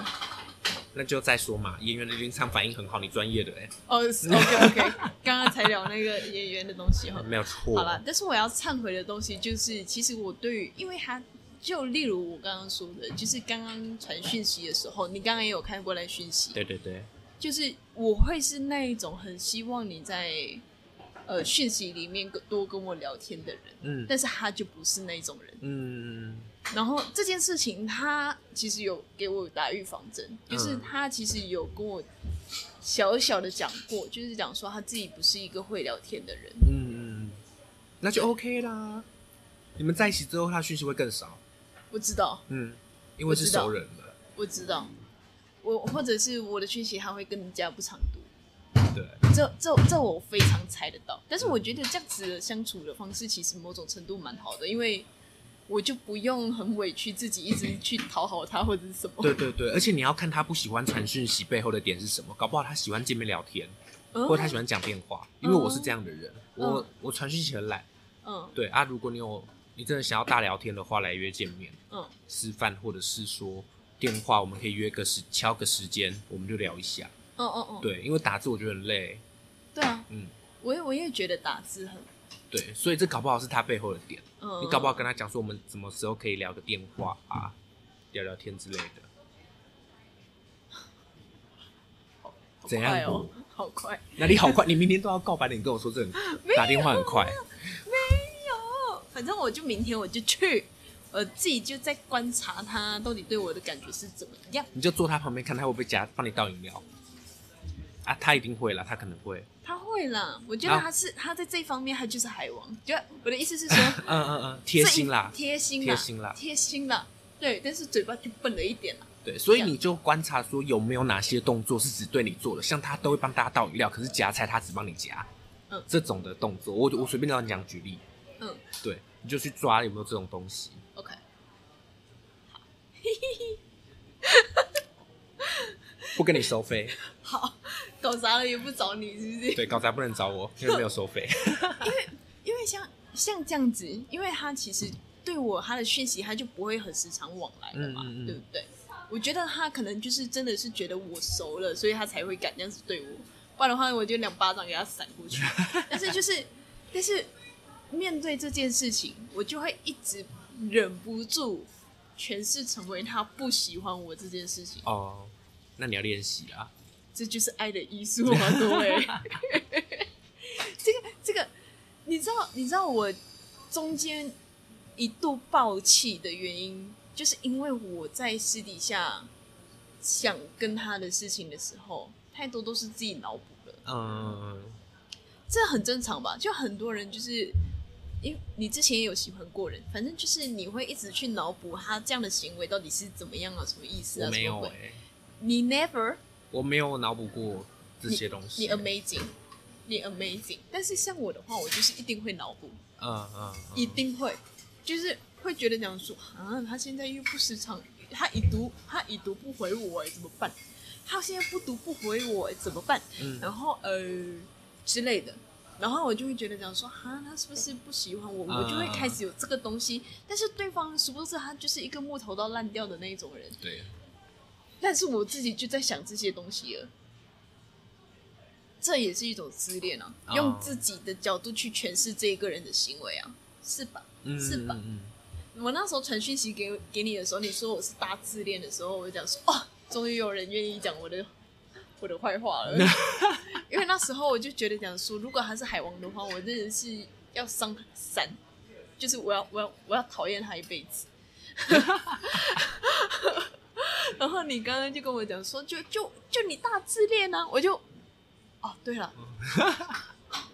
[SPEAKER 1] 那就再说嘛。演员的临场反应很好，你专业的哎、
[SPEAKER 3] 哦，OK OK，刚刚才聊那个演员的东西哈。
[SPEAKER 1] 没有错。
[SPEAKER 3] 好了，但是我要忏悔的东西就是，其实我对于，因为他就例如我刚刚说的，就是刚刚传讯息的时候，你刚刚也有看过来讯息，
[SPEAKER 1] 对对对，
[SPEAKER 3] 就是我会是那一种很希望你在呃讯息里面跟多跟我聊天的人，
[SPEAKER 1] 嗯
[SPEAKER 3] 但是他就不是那一种人。
[SPEAKER 1] 嗯，
[SPEAKER 3] 然后这件事情，他其实有给我打预防针，就是
[SPEAKER 1] 嗯
[SPEAKER 3] 他其实有跟我小小的讲过，就是讲说他自己不是一个会聊天的人。
[SPEAKER 1] 嗯嗯，那就 OK 啦。你们在一起之后，他讯息会更少，
[SPEAKER 3] 我知道，
[SPEAKER 1] 嗯，因为是熟人了，
[SPEAKER 3] 我知道，我或者是我的讯息还会更加不常读，
[SPEAKER 1] 对，
[SPEAKER 3] 这这这我非常猜得到。但是我觉得这样子的相处的方式，其实某种程度蛮好的，因为我就不用很委屈自己，一直去讨好他或者是什么。
[SPEAKER 1] 对对对，而且你要看他不喜欢传讯息背后的点是什么，搞不好他喜欢见面聊天，
[SPEAKER 3] 嗯，
[SPEAKER 1] 或者他喜欢讲电话，因为我是这样的人，我
[SPEAKER 3] 哦嗯
[SPEAKER 1] 我传讯息很懒，
[SPEAKER 3] 嗯
[SPEAKER 1] 对啊，如果你有你真的想要大聊天的话，来约见面
[SPEAKER 3] 嗯
[SPEAKER 1] 吃饭，或者是说电话，我们可以约个时敲个时间，我们就聊一下，
[SPEAKER 3] 嗯嗯嗯，
[SPEAKER 1] 对，因为打字我觉得很累，
[SPEAKER 3] 对啊，
[SPEAKER 1] 嗯，
[SPEAKER 3] 我也我也觉得打字很，
[SPEAKER 1] 对，所以这搞不好是他背后的点。
[SPEAKER 3] 嗯，
[SPEAKER 1] 你搞不好跟他讲说，我们什么时候可以聊个电话啊，聊聊天之类的。
[SPEAKER 3] 好
[SPEAKER 1] 怎样
[SPEAKER 3] 快哦，好快，
[SPEAKER 1] 那你好快，你明天都要告白了，你跟我说这很打电话很快，
[SPEAKER 3] 没有，反正我就明天我就去。我自己就在观察他到底对我的感觉是怎么样，
[SPEAKER 1] 你就坐他旁边看他会不会夹帮你倒饮料啊？他一定会啦，他可能会，
[SPEAKER 3] 他会会啦，我觉得
[SPEAKER 1] 啊
[SPEAKER 3] 他是他在这一方面他就是海王。就我的意思是说，
[SPEAKER 1] 嗯嗯嗯，贴心啦
[SPEAKER 3] 这一，贴心啦，
[SPEAKER 1] 贴心啦
[SPEAKER 3] 贴心啦。对，但是嘴巴就笨了一点啦。
[SPEAKER 1] 对，所以你就观察说有没有哪些动作是只对你做的，像他都会帮大家倒饮料，可是夹菜他只帮你夹，
[SPEAKER 3] 嗯
[SPEAKER 1] 这种的动作，我我随便让你讲举例，
[SPEAKER 3] 嗯
[SPEAKER 1] 对，你就去抓有没有这种东西。
[SPEAKER 3] ，OK，
[SPEAKER 1] 不跟你收费，
[SPEAKER 3] 好，搞砸了也不找你，是不是？
[SPEAKER 1] 对，搞砸不能找我，因为没有收费。
[SPEAKER 3] 因为像像这样子，因为他其实对我他的讯息，他就不会很时常往来的嘛，
[SPEAKER 1] 嗯嗯嗯
[SPEAKER 3] 对不对？我觉得他可能就是真的是觉得我熟了，所以他才会敢这样子对我，不然的话我就两巴掌给他闪过 去。但是就是，但是面对这件事情，我就会一直忍不住诠释成为他不喜欢我这件事情，
[SPEAKER 1] 哦，那你要练习啊。
[SPEAKER 3] 这就是爱的艺术啊，各位。这个 这个，你知道你知道我中间一度爆气的原因，就是因为我在私底下想跟他的事情的时候，太多都是自己脑补了，
[SPEAKER 1] 嗯，
[SPEAKER 3] 这很正常吧？就很多人就是。因为你之前也有喜欢过人，反正就是你会一直去脑补他这样的行为到底是怎么样啊，什么意思
[SPEAKER 1] 我
[SPEAKER 3] 啊，
[SPEAKER 1] 没
[SPEAKER 3] 什
[SPEAKER 1] 有
[SPEAKER 3] 么
[SPEAKER 1] 哎、
[SPEAKER 3] 鬼？你 never
[SPEAKER 1] 我没有脑补过这些东西
[SPEAKER 3] 你。amazing，你 amazing。但是像我的话，我就是一定会脑补，
[SPEAKER 1] 嗯嗯，嗯
[SPEAKER 3] 一定会，就是会觉得讲说啊，他现在又不时常，他已读，他已读不回我，哎，怎么办？他现在不读不回我，哎怎么办？
[SPEAKER 1] 嗯
[SPEAKER 3] 然后呃之类的。然后我就会觉得讲说，哈，他是不是不喜欢我？我就会开始有这个东西。但是对方殊不知他就是一个木头到烂掉的那一种人。
[SPEAKER 1] 对，
[SPEAKER 3] 但是我自己就在想这些东西了。这也是一种自恋啊，
[SPEAKER 1] 哦
[SPEAKER 3] 用自己的角度去诠释这一个人的行为啊，是吧？
[SPEAKER 1] 嗯
[SPEAKER 3] 是吧
[SPEAKER 1] 嗯
[SPEAKER 3] 我那时候传讯息给给你的时候，你说我是大自恋的时候，我就讲说，哦，终于有人愿意讲我的我的坏话了，因为那时候我就觉得讲说，如果他是海王的话，我真的是要伤闪，就是我要我要我要讨厌他一辈子。然后你刚刚就跟我讲说，就就就你大自恋呢、啊，我就哦，对了。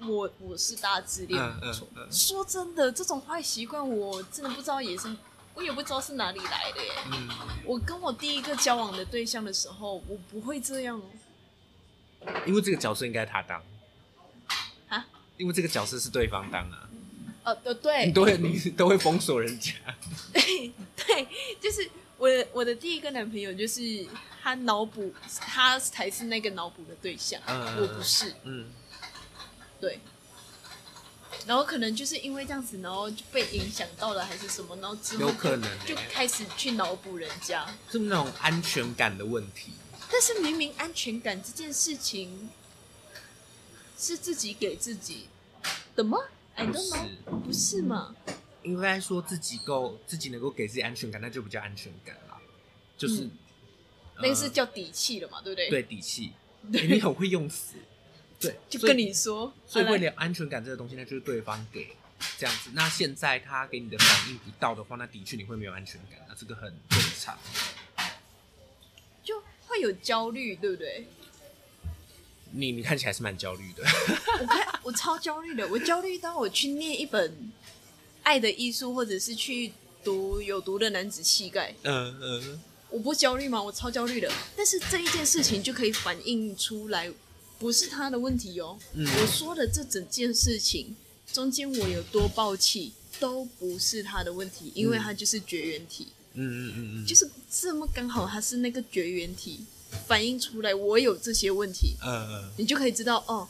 [SPEAKER 3] 我我是大自恋，
[SPEAKER 1] 嗯
[SPEAKER 3] 没错。
[SPEAKER 1] 嗯嗯
[SPEAKER 3] 说真的，这种坏习惯我真的不知道也是，我也不知道是哪里来的耶。
[SPEAKER 1] 嗯
[SPEAKER 3] 我跟我第一个交往的对象的时候，我不会这样哦。
[SPEAKER 1] 嗯，因为这个角色应该他当
[SPEAKER 3] 啊，
[SPEAKER 1] 因为这个角色是对方当啊，
[SPEAKER 3] 呃呃，对
[SPEAKER 1] 你都会你都会封锁人家。
[SPEAKER 3] 对，就是我的我的第一个男朋友，就是他脑补，他才是那个脑补的对象，
[SPEAKER 1] 嗯
[SPEAKER 3] 我不是。
[SPEAKER 1] 嗯，
[SPEAKER 3] 对。然后可能就是因为这样子，然后就被影响到了，还是什么，然后之后
[SPEAKER 1] 有可能
[SPEAKER 3] 嗯就
[SPEAKER 1] 欸
[SPEAKER 3] 开始去脑补人家。
[SPEAKER 1] 是不是那种安全感的问题？
[SPEAKER 3] 但是明明安全感这件事情是自己给自己哎的吗？I
[SPEAKER 1] 不
[SPEAKER 3] don't
[SPEAKER 1] 是嗯
[SPEAKER 3] know，，不是嘛？
[SPEAKER 1] 应该说自己够自己能够给自己安全感，那就比较安全感啦。就是、
[SPEAKER 3] 嗯那个是
[SPEAKER 1] 呃
[SPEAKER 3] 叫底气了嘛，对不对？
[SPEAKER 1] 对，底气，
[SPEAKER 3] 对
[SPEAKER 1] 欸你很会用词，对，
[SPEAKER 3] 就
[SPEAKER 1] 所以
[SPEAKER 3] 跟你说，
[SPEAKER 1] 所以
[SPEAKER 3] 啊
[SPEAKER 1] 为
[SPEAKER 3] 来
[SPEAKER 1] 了安全感这个东西，那就是对方给这样子。那现在他给你的反应不到的话，那的确你会没有安全感，那这个很正常。
[SPEAKER 3] 就会有焦虑，对不对？
[SPEAKER 1] 你你看起来是蛮焦虑的，
[SPEAKER 3] 我看我超焦虑的，我焦虑到我去念一本《爱的艺术》，或者是去读《有毒的男子气概》，
[SPEAKER 1] 嗯嗯，
[SPEAKER 3] 我不焦虑吗？我超焦虑的。但是这一件事情就可以反映出来，不是他的问题哦。
[SPEAKER 1] 嗯
[SPEAKER 3] 我说的这整件事情中间我有多暴气，都不是他的问题，因为他就是绝缘体，
[SPEAKER 1] 嗯嗯嗯嗯，
[SPEAKER 3] 就是这么刚好他是那个绝缘体，反映出来我有这些问题，
[SPEAKER 1] 嗯
[SPEAKER 3] 你就可以知道哦，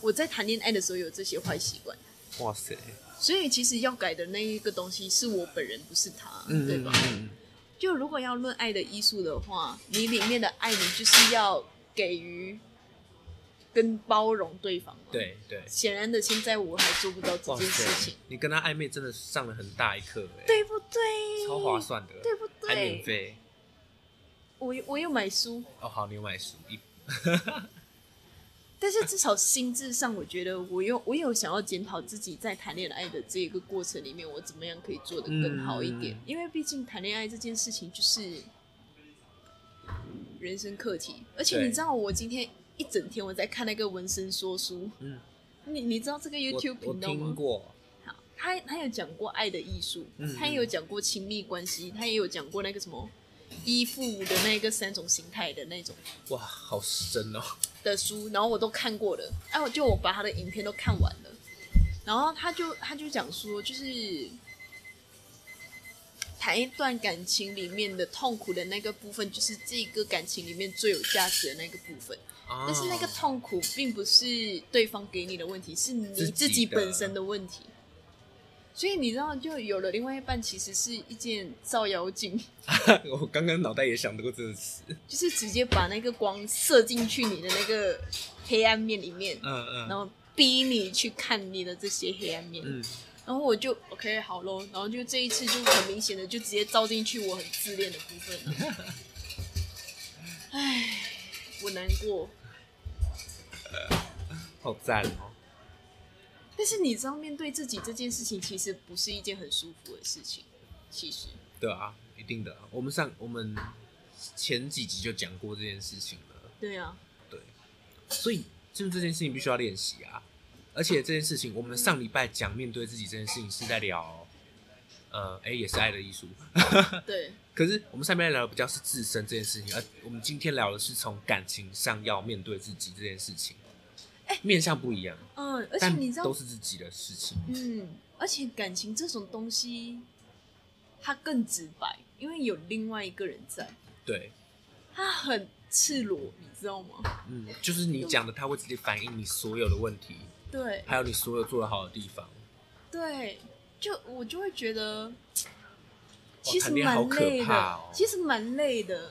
[SPEAKER 3] 我在谈恋爱的时候有这些坏习惯。
[SPEAKER 1] 哇塞，
[SPEAKER 3] 所以其实要改的那一个东西是我本人，不是他，
[SPEAKER 1] 嗯
[SPEAKER 3] 对
[SPEAKER 1] 嗯
[SPEAKER 3] 吧？
[SPEAKER 1] 嗯
[SPEAKER 3] 就如果要论爱的艺术的话，你里面的爱，你就是要给予跟包容对方嘛。，
[SPEAKER 1] 对对，
[SPEAKER 3] 显然的，现在我还做不到这
[SPEAKER 1] 哇
[SPEAKER 3] 件事
[SPEAKER 1] 塞
[SPEAKER 3] 情，，
[SPEAKER 1] 你跟他暧昧真的上了很大一课哎、
[SPEAKER 3] 对不对？
[SPEAKER 1] 超划，算的，
[SPEAKER 3] 对不
[SPEAKER 1] 还免
[SPEAKER 3] 对？
[SPEAKER 1] 费
[SPEAKER 3] 我有我有买书，
[SPEAKER 1] 哦。好，你有买书一
[SPEAKER 3] 但是至少心智上，我觉得我有我有想要检讨自己在谈恋爱的这个过程里面，我怎么样可以做得更好一点？
[SPEAKER 1] 嗯
[SPEAKER 3] 因为毕竟谈恋爱这件事情就是人生课题，而且
[SPEAKER 1] 对
[SPEAKER 3] 你知道，我今天一整天我在看那个纹身说书。
[SPEAKER 1] 嗯，
[SPEAKER 3] 你你知道这个
[SPEAKER 1] 我
[SPEAKER 3] YouTube
[SPEAKER 1] 我
[SPEAKER 3] 频道
[SPEAKER 1] 听
[SPEAKER 3] 吗？
[SPEAKER 1] 过，
[SPEAKER 3] 好，他他有讲过爱的艺术，
[SPEAKER 1] 嗯
[SPEAKER 3] 他也有讲过亲密关系，他也有讲过那个什么依附的那个三种形态的那种
[SPEAKER 1] 哇，好深哦，
[SPEAKER 3] 的书，然后我都看过了，哎、我就我把他的影片都看完了，然后他就他就讲说，就是谈一段感情里面的痛苦的那个部分，就是这个感情里面最有价值的那个部分。
[SPEAKER 1] 啊
[SPEAKER 3] 但是那个痛苦并不是对方给你的问题，是你
[SPEAKER 1] 自己的
[SPEAKER 3] 自己本身的问题。所以你知道，就有了另外一半，其实是一件照妖镜，
[SPEAKER 1] 我刚刚脑袋也想到过这个词，
[SPEAKER 3] 就是直接把那个光射进去你的那个黑暗面里面，
[SPEAKER 1] 嗯
[SPEAKER 3] 然
[SPEAKER 1] 嗯
[SPEAKER 3] 后逼你去看你的这些黑暗面。
[SPEAKER 1] 嗯，
[SPEAKER 3] 然后我就 OK 好咯，然后就这一次就很明显的就直接照进去我很自恋的部分了。 唉，我难过。
[SPEAKER 1] 好赞哦，
[SPEAKER 3] 但是你知道，面对自己这件事情，其实不是一件很舒服的事情。其实，
[SPEAKER 1] 对啊，一定的，我们上我们前几集就讲过这件事情了，
[SPEAKER 3] 对啊，
[SPEAKER 1] 对，所以就是这件事情必须要练习啊，而且这件事情我们上礼拜讲面对自己这件事情是在聊，呃，哎、也是爱的艺术，
[SPEAKER 3] 对，
[SPEAKER 1] 可是我们上面聊的比较是自身这件事情，而我们今天聊的是从感情上要面对自己这件事情，面向不一样，
[SPEAKER 3] 嗯，而且
[SPEAKER 1] 但
[SPEAKER 3] 你知道
[SPEAKER 1] 都，是自己的事情。
[SPEAKER 3] 嗯，而且感情这种东西，它更直白，因为有另外一个人在，
[SPEAKER 1] 对，
[SPEAKER 3] 它很赤裸，你知道吗？
[SPEAKER 1] 嗯，就是你讲的，他会直接反映你所有的问题，
[SPEAKER 3] 对，
[SPEAKER 1] 还有你所有做的好的地方。
[SPEAKER 3] 对，就我就会觉得，其实
[SPEAKER 1] 谈恋爱哦好
[SPEAKER 3] 蛮
[SPEAKER 1] 可
[SPEAKER 3] 累的，
[SPEAKER 1] 怕哦
[SPEAKER 3] 其实蛮累的。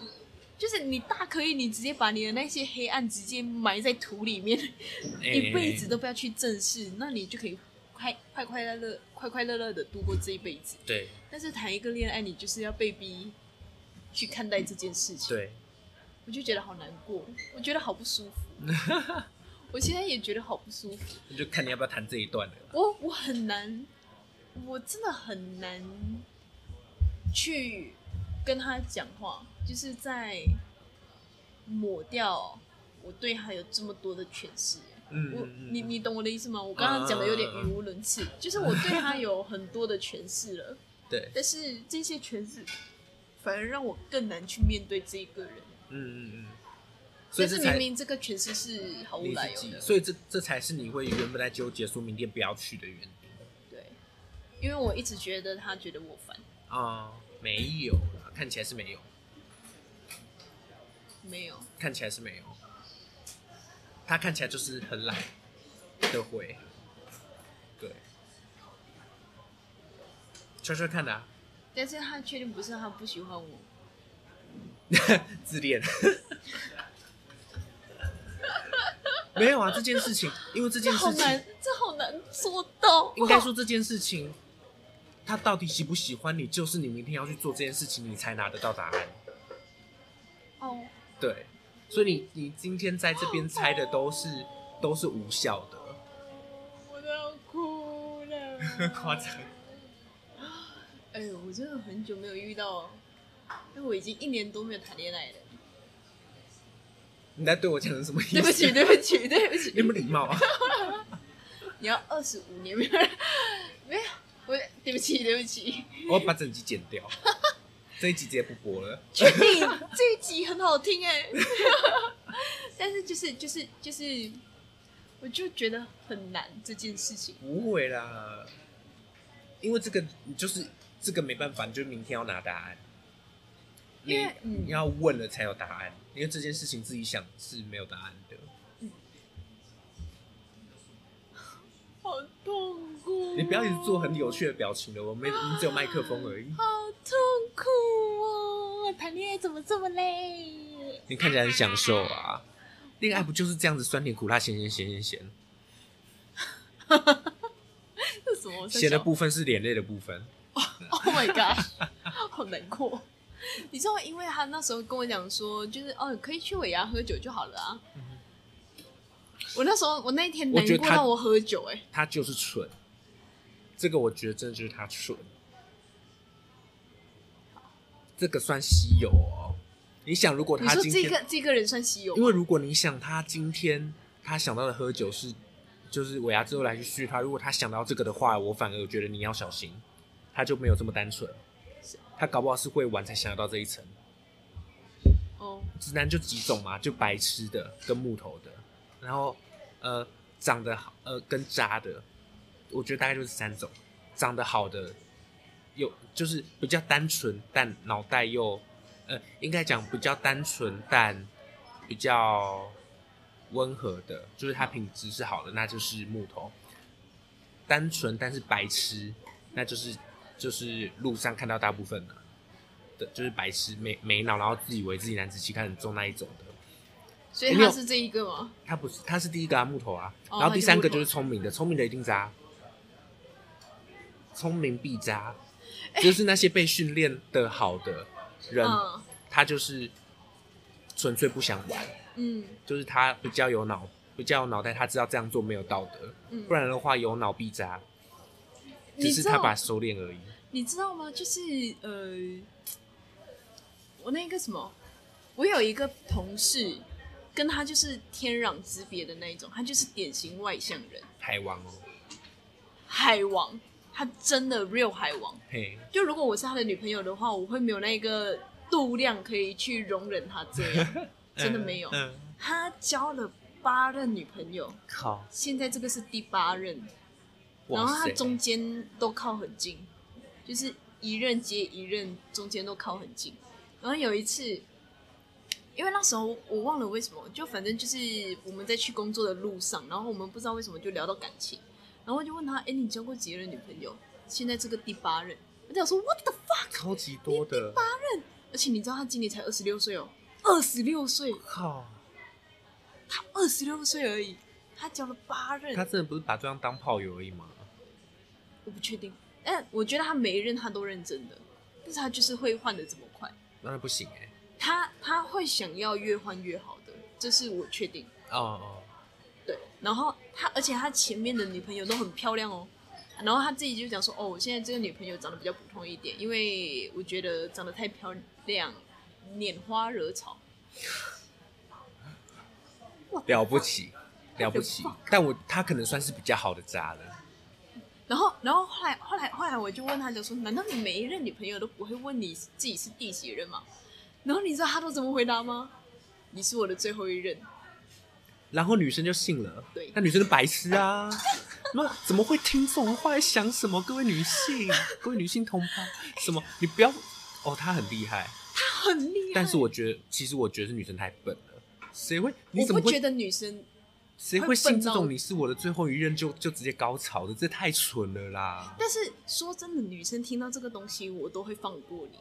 [SPEAKER 3] 就是你大可以，你直接把你的那些黑暗直接埋在土里面，
[SPEAKER 1] 哎
[SPEAKER 3] 一辈子
[SPEAKER 1] 都
[SPEAKER 3] 都不要去正视，那你就可以快快快乐乐、快快乐乐的度过这一辈子。
[SPEAKER 1] 对
[SPEAKER 3] 但是谈一个恋爱，你就是要被逼去看待这件事情，
[SPEAKER 1] 对，
[SPEAKER 3] 我就觉得好难过，我觉得好不舒服。 我现在也觉得好不舒服，
[SPEAKER 1] 那就看你要不要谈这一段了啦。
[SPEAKER 3] 我我很难，我真的很难去跟他讲话，就是在抹掉我对他有这么多的诠释。
[SPEAKER 1] 嗯，
[SPEAKER 3] 我
[SPEAKER 1] 嗯啊
[SPEAKER 3] 你你懂我的意思吗？我刚刚讲的有点语无伦次，就是我对他有很多的诠释了，
[SPEAKER 1] 对，
[SPEAKER 3] 但是这些诠释反而让我更难去面对这一个人。
[SPEAKER 1] 嗯嗯嗯，所
[SPEAKER 3] 但
[SPEAKER 1] 以这
[SPEAKER 3] 是
[SPEAKER 1] 才
[SPEAKER 3] 明明这个诠释是毫无
[SPEAKER 1] 你
[SPEAKER 3] 来
[SPEAKER 1] 自己，
[SPEAKER 3] 由的，
[SPEAKER 1] 所以这这才是你会原本在纠结说明天不要去的原因
[SPEAKER 3] 对，因为我一直觉得他觉得我烦，
[SPEAKER 1] 啊、没有啦，看起来是没有，
[SPEAKER 3] 没有，
[SPEAKER 1] 看起来是没有，他看起来就是很懒的回，对，悄悄看的、啊，
[SPEAKER 3] 但是他确定不是他不喜欢我，
[SPEAKER 1] 自恋。没有啊，这件事情，因为这件
[SPEAKER 3] 这好
[SPEAKER 1] 事情
[SPEAKER 3] 难，，这好难做到。
[SPEAKER 1] 应该说这件事情，他到底喜不喜欢你，就是你明天要去做这件事情，你才拿得到答案。
[SPEAKER 3] 哦，
[SPEAKER 1] 对，所以你你今天在这边猜的都是都是无效的，，
[SPEAKER 3] 我都要哭 了
[SPEAKER 1] 夸张。
[SPEAKER 3] 哎呦，我真的很久没有遇到，因为我已经一年多没有谈恋爱了。
[SPEAKER 1] 你在对我讲的什么意思？
[SPEAKER 3] 对不 起，对不起，对不
[SPEAKER 1] 你
[SPEAKER 3] 起，
[SPEAKER 1] 不礼貌啊！
[SPEAKER 3] 你要二十五年没有人，没有，我对不起，对不起，
[SPEAKER 1] 我把整集剪掉，这一集直接不播了。
[SPEAKER 3] 确定 这一集很好听 哎，但是就是就是就是，我就觉得很难这件事情，
[SPEAKER 1] 不会啦，因为这个你就是这个没办法，你就明天要拿答案。
[SPEAKER 3] 因为
[SPEAKER 1] 你
[SPEAKER 3] 嗯
[SPEAKER 1] 你要问了才有答案，因为这件事情自己想是没有答案的。
[SPEAKER 3] 好痛苦，啊
[SPEAKER 1] 你不要一直做很有趣的表情了，我没，你只有麦克风而已。
[SPEAKER 3] 好痛苦哦，谈恋爱怎么这么累？
[SPEAKER 1] 你看起来很享受啊。恋爱不就是这样子，酸甜苦辣咸咸咸咸咸，
[SPEAKER 3] 这是什么？
[SPEAKER 1] 咸的部分是眼泪的部分。
[SPEAKER 3] Oh my god，好难过。你知道，因为他那时候跟我讲说，就是哦，可以去尾牙喝酒就好了啊。我那时候，我那一天
[SPEAKER 1] 我
[SPEAKER 3] 难
[SPEAKER 1] 觉得
[SPEAKER 3] 过
[SPEAKER 1] 他
[SPEAKER 3] 到我喝酒、欸，哎，
[SPEAKER 1] 他就是蠢，这个我觉得真的就是他蠢。这个算稀有哦，你想，如果
[SPEAKER 3] 你
[SPEAKER 1] 他
[SPEAKER 3] 说
[SPEAKER 1] 今
[SPEAKER 3] 这
[SPEAKER 1] 天，
[SPEAKER 3] 个这个人算稀有
[SPEAKER 1] 因
[SPEAKER 3] 吗，
[SPEAKER 1] 为如果你想他今天他想到的喝酒是就是尾牙之后来去续他，如果他想到这个的话，我反而觉得你要小心，他就没有这么单纯，他搞不好是会玩才想得到这一层。
[SPEAKER 3] 哦，
[SPEAKER 1] 直男就几种嘛，就白痴的跟木头的，然后呃长得好呃跟渣的，我觉得大概就是三种。长得好的有就是比较单纯，但脑袋又呃应该讲比较单纯，但比较温和的，就是他品质是好的，那就是木头。单纯但是白痴，那就是就是路上看到大部分的、的就是白痴没没脑，然后自以为自己男子气概很重那一种的。
[SPEAKER 3] 所以
[SPEAKER 1] 你有
[SPEAKER 3] 他是这一个吗？
[SPEAKER 1] 他不是，他是第一个啊，木头啊，
[SPEAKER 3] 哦
[SPEAKER 1] 然后第三个
[SPEAKER 3] 他
[SPEAKER 1] 就
[SPEAKER 3] 就木头
[SPEAKER 1] 是聪明的，聪明的一定渣，聪明必渣，就是那些被训练的好的人，
[SPEAKER 3] 哎嗯
[SPEAKER 1] 他就是纯粹不想玩，
[SPEAKER 3] 嗯
[SPEAKER 1] 就是他比较有脑，比较有脑袋，他知道这样做没有道德，
[SPEAKER 3] 嗯
[SPEAKER 1] 不，然的话有脑必渣，只
[SPEAKER 3] 你
[SPEAKER 1] 是
[SPEAKER 3] 知
[SPEAKER 1] 他把
[SPEAKER 3] 道
[SPEAKER 1] 收敛而已。
[SPEAKER 3] 你知道吗？就是呃，我那个什么，我有一个同事，跟他就是天壤之别的那一种，他就是典型外向人，
[SPEAKER 1] 海王哦，
[SPEAKER 3] 海王，他真的 real 海王。
[SPEAKER 1] 嘿，
[SPEAKER 3] 就如果我是他的女朋友的话，我会没有那个度量可以去容忍他这 样，真的没有。
[SPEAKER 1] 嗯，
[SPEAKER 3] 他交了八任女朋友，
[SPEAKER 1] 靠，
[SPEAKER 3] 现在这个是第八任，然
[SPEAKER 1] 哇
[SPEAKER 3] 后他
[SPEAKER 1] 塞，
[SPEAKER 3] 中间都靠很近，就是一任接一任，中间都靠很近。然后有一次，因为那时候我忘了为什么，就反正就是我们在去工作的路上，然后我们不知道为什么就聊到感情，然后我就问他：“哎，你交过几任女朋友？现在这个第八任。”我就想说：“What the fuck！”
[SPEAKER 1] 超级多的，
[SPEAKER 3] 而且你知道他今年才二十六岁哦，二十六岁，
[SPEAKER 1] 靠，
[SPEAKER 3] 他二十六岁而已，他交了八任。
[SPEAKER 1] 他真的不是把对方当炮友而已吗？
[SPEAKER 3] 我不确定，但我觉得他每一任他都认真的，但是他就是会换的这么快，
[SPEAKER 1] 当然不行哎、
[SPEAKER 3] 他他会想要越换越好的，这是我确定。
[SPEAKER 1] 哦
[SPEAKER 3] 对，然后他而且他前面的女朋友都很漂亮哦，然后他自己就讲说，哦，我现在这个女朋友长得比较普通一点，因为我觉得长得太漂亮，拈花惹草。
[SPEAKER 1] 哦，了不起，了不起
[SPEAKER 3] fuck！
[SPEAKER 1] 但我他可能算是比较好的渣了。
[SPEAKER 3] 然后，然后后来，后来，后来，我就问他，就说：“难道你每一任女朋友都不会问你自己是第几任吗？”然后你知道他都怎么回答吗？你是我的最后一任。
[SPEAKER 1] 然后女生就信了，
[SPEAKER 3] 对
[SPEAKER 1] 那女生就白痴啊， 那怎么会听这种话？在想什么？各位女性，各位女性同胞，什么？你不要哦，她很厉害，
[SPEAKER 3] 很厉害。
[SPEAKER 1] 但是我觉得，其实我觉得是女生太笨了，谁会？你
[SPEAKER 3] 我
[SPEAKER 1] 怎么
[SPEAKER 3] 不觉
[SPEAKER 1] 会？
[SPEAKER 3] 得女生，
[SPEAKER 1] 谁会信这
[SPEAKER 3] 会笨
[SPEAKER 1] 种
[SPEAKER 3] 到
[SPEAKER 1] 你是我的最后一任就就直接高潮的？这太蠢了啦！
[SPEAKER 3] 但是说真的，女生听到这个东西，我都会放过你。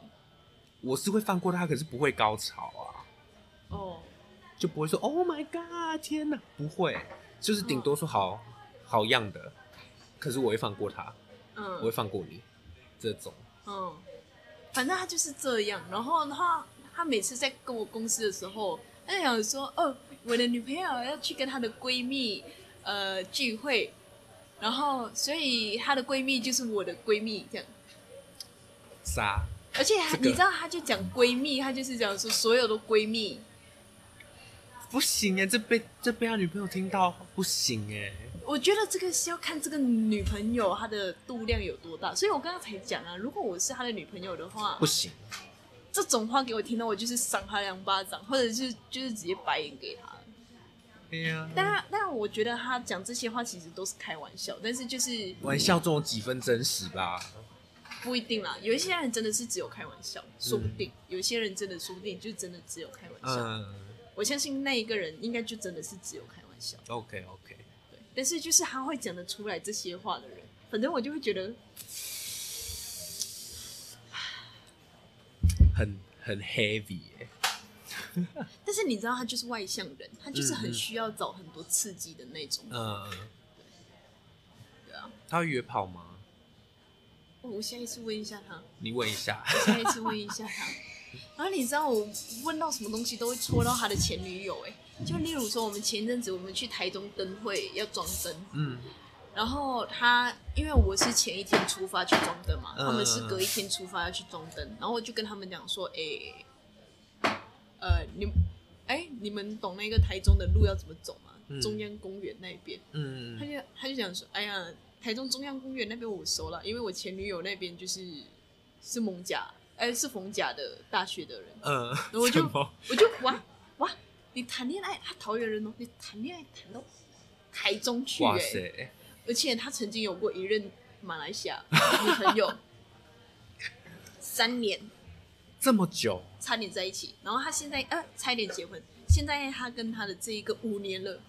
[SPEAKER 1] 我是会放过他，可是不会高潮啊。
[SPEAKER 3] 哦，
[SPEAKER 1] 就不会说 “Oh my god”，天哪，不会，就是顶多说好好样的，可是我会放过他，我会
[SPEAKER 3] 嗯
[SPEAKER 1] 放过你，这种
[SPEAKER 3] 嗯，反正他就是这样。然后他他每次在跟我公司的时候，他就想说：“哦，我的女朋友要去跟她的闺蜜呃聚会，然后所以她的闺蜜就是我的闺蜜这样。”
[SPEAKER 1] 杀
[SPEAKER 3] 而且还
[SPEAKER 1] 这个
[SPEAKER 3] 你知道，她就讲闺蜜，她就是讲说所有的闺蜜，
[SPEAKER 1] 不行哎，这被这被他女朋友听到不行哎，
[SPEAKER 3] 我觉得这个是要看这个女朋友她的度量有多大，所以我刚刚才讲啊，如果我是他的女朋友的话
[SPEAKER 1] 不，行，
[SPEAKER 3] 这种话给我听到，我就是赏他两巴掌，或者是就是直接白眼给他。
[SPEAKER 1] 嗯对呀、
[SPEAKER 3] 但他但我觉得他讲这些话其实都是开玩笑，但是就是
[SPEAKER 1] 玩笑中有几分真实吧？
[SPEAKER 3] 不一定啦。有一些人真的是只有开玩笑，说不定、有一些人真的说不定就真的只有开玩笑。
[SPEAKER 1] 嗯
[SPEAKER 3] 我相信那一个人应该就真的是只有开玩笑。
[SPEAKER 1] ，OK OK，
[SPEAKER 3] 对，但是就是他会讲得出来这些话的人，反正我就会觉得
[SPEAKER 1] 很很 heavy 哎，
[SPEAKER 3] 但是你知道，他就是外向人，他就是
[SPEAKER 1] 嗯
[SPEAKER 3] 很
[SPEAKER 1] 嗯
[SPEAKER 3] 需要找很多刺激的那种。
[SPEAKER 1] 嗯，嗯
[SPEAKER 3] 对啊，
[SPEAKER 1] 他会约跑吗？
[SPEAKER 3] 哦我下一次问一下他，
[SPEAKER 1] 你问一 下，
[SPEAKER 3] 我下一次问一下他。然后你知道，我问到什么东西都会戳到他的前女友、哎，就例如说，我们前一阵子我们去台中灯会要装灯，
[SPEAKER 1] 嗯
[SPEAKER 3] 然后他因为我是前一天出发去装灯嘛，
[SPEAKER 1] 嗯
[SPEAKER 3] 他们是隔一天出发要去装灯，然后我就跟他们讲说，哎、欸呃，你哎，你们懂那个台中的路要怎么走吗？
[SPEAKER 1] 嗯
[SPEAKER 3] 中央公园那边，
[SPEAKER 1] 嗯
[SPEAKER 3] 他就他就讲说，哎呀，台中中央公园那边我熟了，因为我前女友那边就是是蒙甲，哎，是冯甲的大学的人，
[SPEAKER 1] 呃，
[SPEAKER 3] 我就
[SPEAKER 1] 什么
[SPEAKER 3] 我就哇哇，你谈恋爱，他桃园人哦，你谈恋爱谈到台中去
[SPEAKER 1] 哇
[SPEAKER 3] 哎、
[SPEAKER 1] 塞，
[SPEAKER 3] 而且他曾经有过一任马来西亚女朋 友，三年
[SPEAKER 1] 这么久，
[SPEAKER 3] 差点在一起，然后他现在呃差一点结婚，现在他跟他的这一个五年了，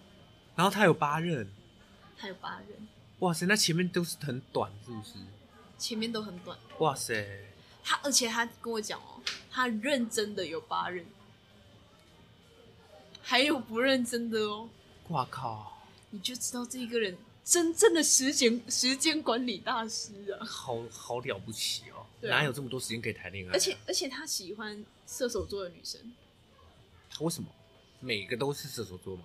[SPEAKER 1] 然后他有八任，
[SPEAKER 3] 他有八人，
[SPEAKER 1] 哇塞，那前面都是很短，是不是？
[SPEAKER 3] 前面都很短。
[SPEAKER 1] 哇塞，
[SPEAKER 3] 他而且他跟我讲哦，他认真的有八任，还有不认真的哦，
[SPEAKER 1] 哇靠，
[SPEAKER 3] 你就知道这个人真正的时间时间管理大师啊！
[SPEAKER 1] 好好了不起哦，
[SPEAKER 3] 对啊
[SPEAKER 1] 哪有这么多时间可以谈恋爱啊？
[SPEAKER 3] 而且而且他喜欢射手座的女生，
[SPEAKER 1] 为什么每个都是射手座吗？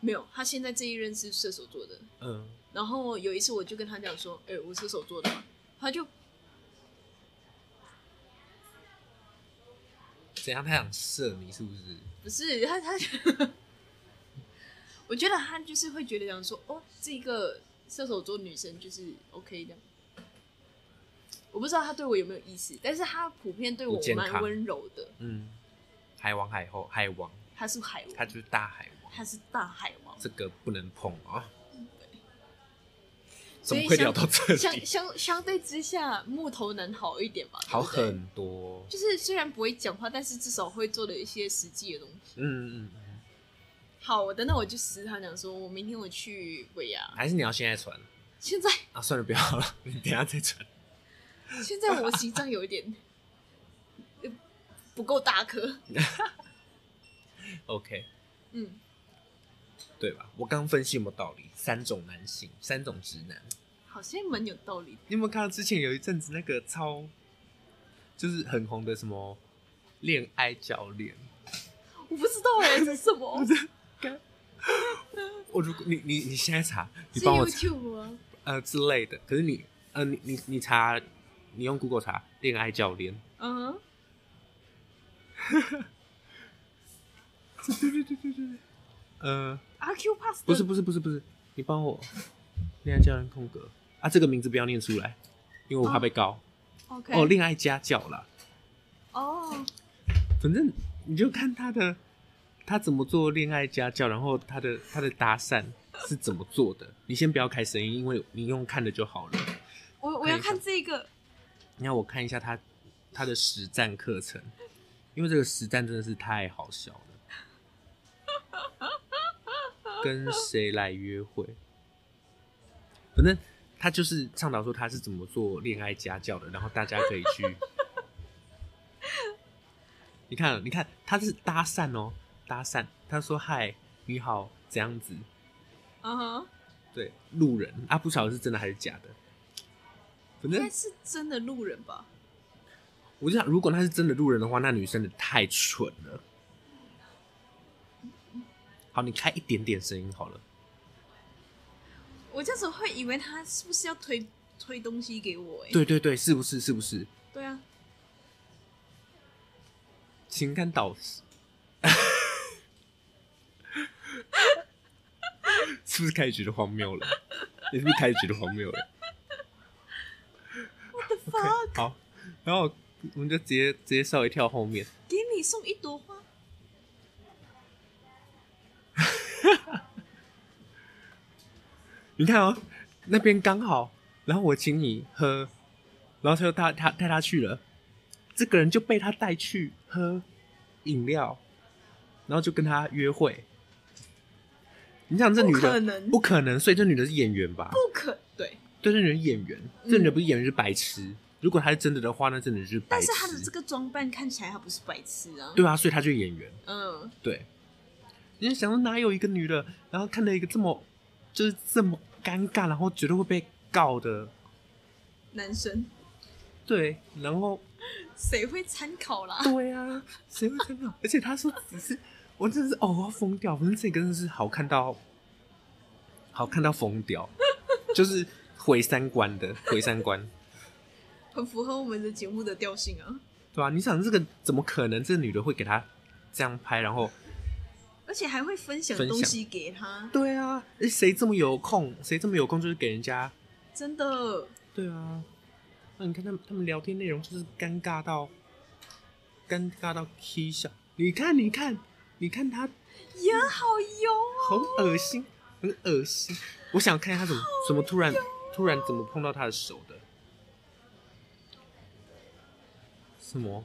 [SPEAKER 3] 没有，他现在这一任是射手座的。
[SPEAKER 1] 嗯，
[SPEAKER 3] 然后有一次我就跟他讲说，哎、我射手座的嘛，他就
[SPEAKER 1] 怎样？他想射你是不是？
[SPEAKER 3] 不是他 他，我觉得他就是会觉得讲说，哦，这个射手座女生就是 OK 的。我不知道他对我有没有意思，但是他普遍对我
[SPEAKER 1] 不健康
[SPEAKER 3] 蛮温柔的。
[SPEAKER 1] 嗯，海王海后海王，
[SPEAKER 3] 他是海王，
[SPEAKER 1] 他就是大海王，
[SPEAKER 3] 他是大海 王。
[SPEAKER 1] 这个不能碰啊、怎
[SPEAKER 3] 嗯所以
[SPEAKER 1] 么会聊
[SPEAKER 3] 相
[SPEAKER 1] 到这
[SPEAKER 3] 相
[SPEAKER 1] 里？
[SPEAKER 3] 相相对之下，木头男好一点吧？对不对
[SPEAKER 1] 好，很多，
[SPEAKER 3] 就是虽然不会讲话，但是至少会做的一些实际的东西。
[SPEAKER 1] 嗯嗯嗯，
[SPEAKER 3] 好，我等等我就时常讲说，我明天我去尾牙。
[SPEAKER 1] 还是你要现在传
[SPEAKER 3] 现在
[SPEAKER 1] 啊？算了，不要了， 你等一下再传。
[SPEAKER 3] 现在我心脏有一点呃不够大颗，
[SPEAKER 1] OK，
[SPEAKER 3] 嗯，
[SPEAKER 1] 对吧？我刚分析有没有道理？三种男性，三种直男。
[SPEAKER 3] 好像蛮有道理的。
[SPEAKER 1] 你有没有看到之前有一阵子那个超，就是很红的什么恋爱教练？
[SPEAKER 3] 我不知道 哎、这是什么？
[SPEAKER 1] 我如果你你你现在查，你
[SPEAKER 3] 是
[SPEAKER 1] 帮我查
[SPEAKER 3] YouTube 吗？
[SPEAKER 1] 呃之类的。可是你呃你你你查，你用 Google 查恋爱教练，
[SPEAKER 3] 嗯哼，
[SPEAKER 1] 呃，
[SPEAKER 3] 阿 Q Pass
[SPEAKER 1] 不是不是不是不是，你帮我恋爱教练空格啊，这个名字不要念出来，因为我怕被告。
[SPEAKER 3] OK
[SPEAKER 1] 哦，恋爱家教啦，
[SPEAKER 3] 哦，
[SPEAKER 1] 反正你就看他的他怎么做恋爱家教，然后他的他的搭讪是怎么做的。你先不要开声音，因为你用看的就好了。
[SPEAKER 3] 我我要看这个，
[SPEAKER 1] 你要我看一下他他的实战课程，因为这个实战真的是太好笑了。跟谁来约会？反正他就是倡导说他是怎么做恋爱家教的，然后大家可以去。 你看，你看，他是搭讪哦，搭讪。他说：“嗨，你好，这样子。
[SPEAKER 3] 嗯哼，”
[SPEAKER 1] 对，路人啊，不晓得是真的还是假的。反
[SPEAKER 3] 应
[SPEAKER 1] 正
[SPEAKER 3] 该是真的路人吧？
[SPEAKER 1] 我就想，如果他是真的路人的话，那女生也太蠢了。好，你开一点点声音好了。
[SPEAKER 3] 我这样子会以为他是不是要推推东西给我、哎，
[SPEAKER 1] 对对对，是不是？是不是？
[SPEAKER 3] 对啊，
[SPEAKER 1] 情感导师，是不是开始觉得荒谬了？你是不是开始觉得荒谬了？OK，好，然后我们就直接直接稍微跳后面。
[SPEAKER 3] 给你送一朵花，
[SPEAKER 1] 你看哦，那边刚好，然后我请你喝，然后他就他他带他去了，这个人就被他带去喝饮料，然后就跟他约会。你想这女的
[SPEAKER 3] 不可能
[SPEAKER 1] 不可能，所以这女的是演员吧？
[SPEAKER 3] 不可对，
[SPEAKER 1] 对，这女的是演员，
[SPEAKER 3] 嗯
[SPEAKER 1] 这女的不是演员是白痴。如果她是真的的话，那真的是白
[SPEAKER 3] 但
[SPEAKER 1] 痴。
[SPEAKER 3] 是他的这个装扮看起来他不是白痴啊，
[SPEAKER 1] 对啊，所以她就是演员。
[SPEAKER 3] 嗯，
[SPEAKER 1] 对，你就想说哪有一个女的，然后看到一个这么就是这么尴尬，然后绝对会被告的
[SPEAKER 3] 男生
[SPEAKER 1] 对，然后
[SPEAKER 3] 谁会参考啦？
[SPEAKER 1] 对啊，谁会看到？而且他说只是，我真的是哦，我要疯掉！反正这个真的是好看到，好看到疯掉，就是毁三观的，毁三观，
[SPEAKER 3] 很符合我们的节目的调性啊。
[SPEAKER 1] 对吧、你想这个怎么可能？这女的会给他这样拍，然后
[SPEAKER 3] 而且还会分享
[SPEAKER 1] 分享
[SPEAKER 3] 东西给他，
[SPEAKER 1] 对啊，诶谁这么有空？谁这么有空就是给人家
[SPEAKER 3] 真的。
[SPEAKER 1] 对啊，那你看他们他们聊天内容就是尴尬到尴尬到 k 笑。你看，你看，你看他
[SPEAKER 3] 也好油啊！
[SPEAKER 1] 好恶心，很恶心。我想看他怎么怎么突然突然怎么碰到他的手的？什么？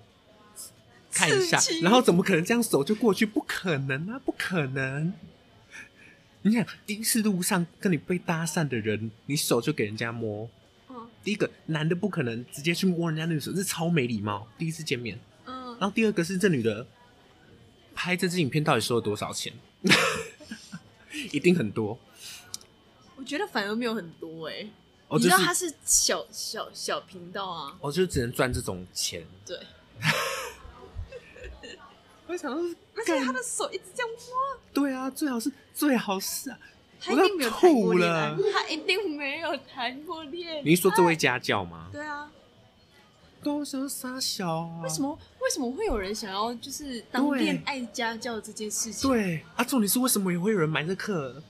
[SPEAKER 1] 看一下
[SPEAKER 3] 刺，青
[SPEAKER 1] 然后怎么可能这样手就过去？不可能啊，不可能！你想，第一次路上跟你被搭讪的人，你手就给人家摸，
[SPEAKER 3] 嗯
[SPEAKER 1] 第一个男的不可能直接去摸人家那个手，这超没礼貌。第一次见面，
[SPEAKER 3] 嗯，
[SPEAKER 1] 然后第二个是这女的拍这支影片到底收了多少钱？ 一定很多
[SPEAKER 3] 我觉得反而没有很多哎、
[SPEAKER 1] 哦，
[SPEAKER 3] 你
[SPEAKER 1] 就是
[SPEAKER 3] 知道他是小小小频道啊，
[SPEAKER 1] 哦，就只能赚这种钱。
[SPEAKER 3] 对，
[SPEAKER 1] 我想说，
[SPEAKER 3] 而且他的手一直这样摸，
[SPEAKER 1] 对啊，最好是最好是啊，
[SPEAKER 3] 他一定没有谈过恋爱
[SPEAKER 1] 我都，
[SPEAKER 3] 他一定没有谈过恋爱。
[SPEAKER 1] 你是说这位家教吗？
[SPEAKER 3] 对啊，
[SPEAKER 1] 都想傻小啊？
[SPEAKER 3] 为什？么为什么会有人想要就是当
[SPEAKER 1] 对
[SPEAKER 3] 恋爱家教这件事情？，
[SPEAKER 1] 对啊，重点是为什么也会有人买这课？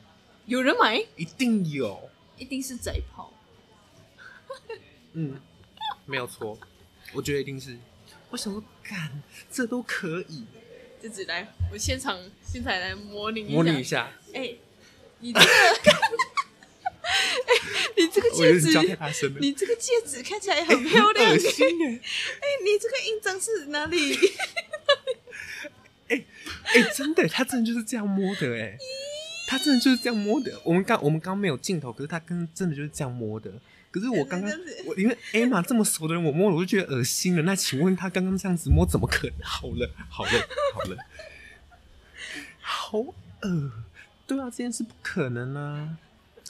[SPEAKER 3] 有人买，
[SPEAKER 1] 一定有，
[SPEAKER 3] 一定是宅炮。
[SPEAKER 1] 嗯，没有错，我觉得一定是。我想说，干这都可以
[SPEAKER 3] 这子来，我现场现场来模拟
[SPEAKER 1] 模拟一
[SPEAKER 3] 下。
[SPEAKER 1] 下，
[SPEAKER 3] 哎、你这个，哎、你这个
[SPEAKER 1] 我有
[SPEAKER 3] 戒
[SPEAKER 1] 点叫太大
[SPEAKER 3] 指，
[SPEAKER 1] 声了，
[SPEAKER 3] 你这个戒指看起来很漂亮。哎、
[SPEAKER 1] 恶心哎！
[SPEAKER 3] 你这个印章是哪里？
[SPEAKER 1] 哎、真的，他真的就是这样摸的哎、他真的就是这样摸的。我们刚我们刚没有镜头，可是他跟真的就是这样摸的。可是我刚刚
[SPEAKER 3] 真的是
[SPEAKER 1] 我因为 Emma 这么熟的人，我摸了我就觉得恶心了。那请问他刚刚这样子摸，怎么可能？好了，好了，好了，好恶。对啊，这件事不可能啊！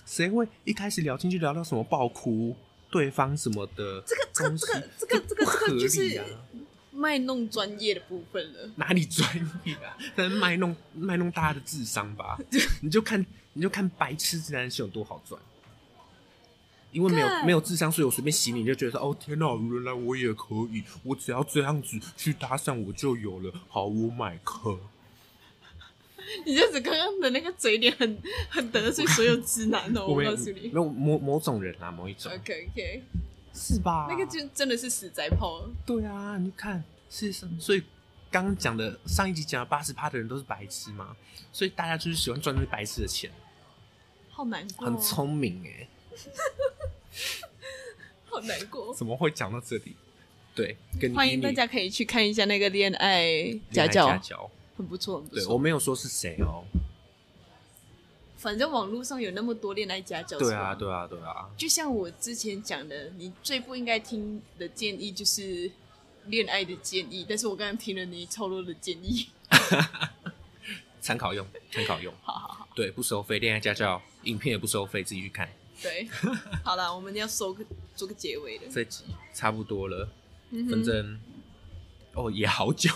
[SPEAKER 1] 谁会一开始聊天就聊到什么爆哭对方什么的
[SPEAKER 3] 这个这个
[SPEAKER 1] 东西？
[SPEAKER 3] 这个这个这个
[SPEAKER 1] 不合
[SPEAKER 3] 这个就是
[SPEAKER 1] 理啊
[SPEAKER 3] 卖弄专业的部分了。
[SPEAKER 1] 哪里专业啊？ 在卖弄卖弄大家的智商吧。你就看你就看白痴自然是有多好赚，因为没有
[SPEAKER 3] 对
[SPEAKER 1] 没有智商，所以我随便洗你，你就觉得说哦天哪、原来我也可以，我只要这样子去搭讪我就有了。好，我买课。
[SPEAKER 3] 你这样子刚刚的那个嘴脸很很得罪所有直男哦，我
[SPEAKER 1] 没有
[SPEAKER 3] 告诉
[SPEAKER 1] 没
[SPEAKER 3] 你。
[SPEAKER 1] 有某某种人啊，某一种
[SPEAKER 3] OK OK，
[SPEAKER 1] 是吧？
[SPEAKER 3] 那个就真的是死宅炮了。
[SPEAKER 1] 对啊，你看是上，所以刚刚讲的上一集讲的八十趴的人都是白痴嘛，所以大家就是喜欢赚那些白痴的钱，
[SPEAKER 3] 好难过，哦
[SPEAKER 1] 很聪明哎、
[SPEAKER 3] 好难过。
[SPEAKER 1] 怎么会讲到这里？对，跟你
[SPEAKER 3] 欢迎大家可以去看一下那个恋爱家教，
[SPEAKER 1] 家教。
[SPEAKER 3] 很不错，很不
[SPEAKER 1] 对我
[SPEAKER 3] 错。
[SPEAKER 1] 没有说是谁哦。
[SPEAKER 3] 反正网络上有那么多恋爱家教，
[SPEAKER 1] 对
[SPEAKER 3] 是
[SPEAKER 1] 啊，
[SPEAKER 3] 吧
[SPEAKER 1] 对啊，对啊，
[SPEAKER 3] 就像我之前讲的，你最不应该听的建议就是恋爱的建议，但是我刚刚听了你超多的建 议，
[SPEAKER 1] 参考用，参考用。
[SPEAKER 3] 好好好，
[SPEAKER 1] 对，不收费，恋爱家教影片也不收费，自己去看。
[SPEAKER 3] 对，好啦，我们要收个做个结尾了，
[SPEAKER 1] 这集差不多了，
[SPEAKER 3] 嗯
[SPEAKER 1] 反
[SPEAKER 3] 哼，
[SPEAKER 1] 正哦也好久，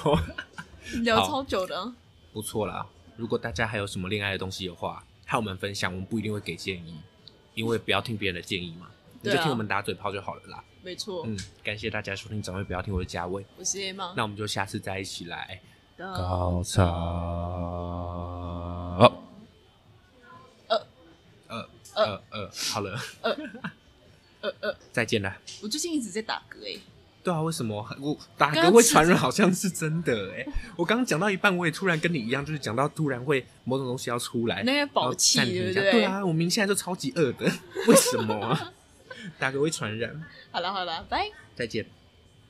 [SPEAKER 3] 聊
[SPEAKER 1] 好
[SPEAKER 3] 超久的啊，
[SPEAKER 1] 不错啦。如果大家还有什么恋爱的东西的话，和我们分享，我们不一定会给建议，因为不要听别人的建议嘛，你就
[SPEAKER 3] 对啊啊
[SPEAKER 1] 听我们打嘴炮就好了啦。
[SPEAKER 3] 没错，
[SPEAKER 1] 嗯，感谢大家收听，长辈不要听我的价位，
[SPEAKER 3] 我是 A 吗？
[SPEAKER 1] 那我们就下次再一起来。
[SPEAKER 3] 的
[SPEAKER 1] 高潮。哦
[SPEAKER 3] 呃
[SPEAKER 1] 呃
[SPEAKER 3] 呃
[SPEAKER 1] 呃呃，好了，
[SPEAKER 3] 呃呃，
[SPEAKER 1] 再见啦。
[SPEAKER 3] 我最近一直在打嗝哎、
[SPEAKER 1] 对啊，为什么我打
[SPEAKER 3] 刚
[SPEAKER 1] 嗝
[SPEAKER 3] 刚
[SPEAKER 1] 会
[SPEAKER 3] 吃
[SPEAKER 1] 传染？好像是真的哎、我刚刚讲到一半，我也突然跟你一样，就是讲到突然会某种东西要出来，
[SPEAKER 3] 那个
[SPEAKER 1] 然后
[SPEAKER 3] 宝气
[SPEAKER 1] 哎暂停一下
[SPEAKER 3] 对不对
[SPEAKER 1] 对啊，我明现在就 超级饿的，为什么啊？打嗝会传染。
[SPEAKER 3] 好了好了，拜。
[SPEAKER 1] 再见。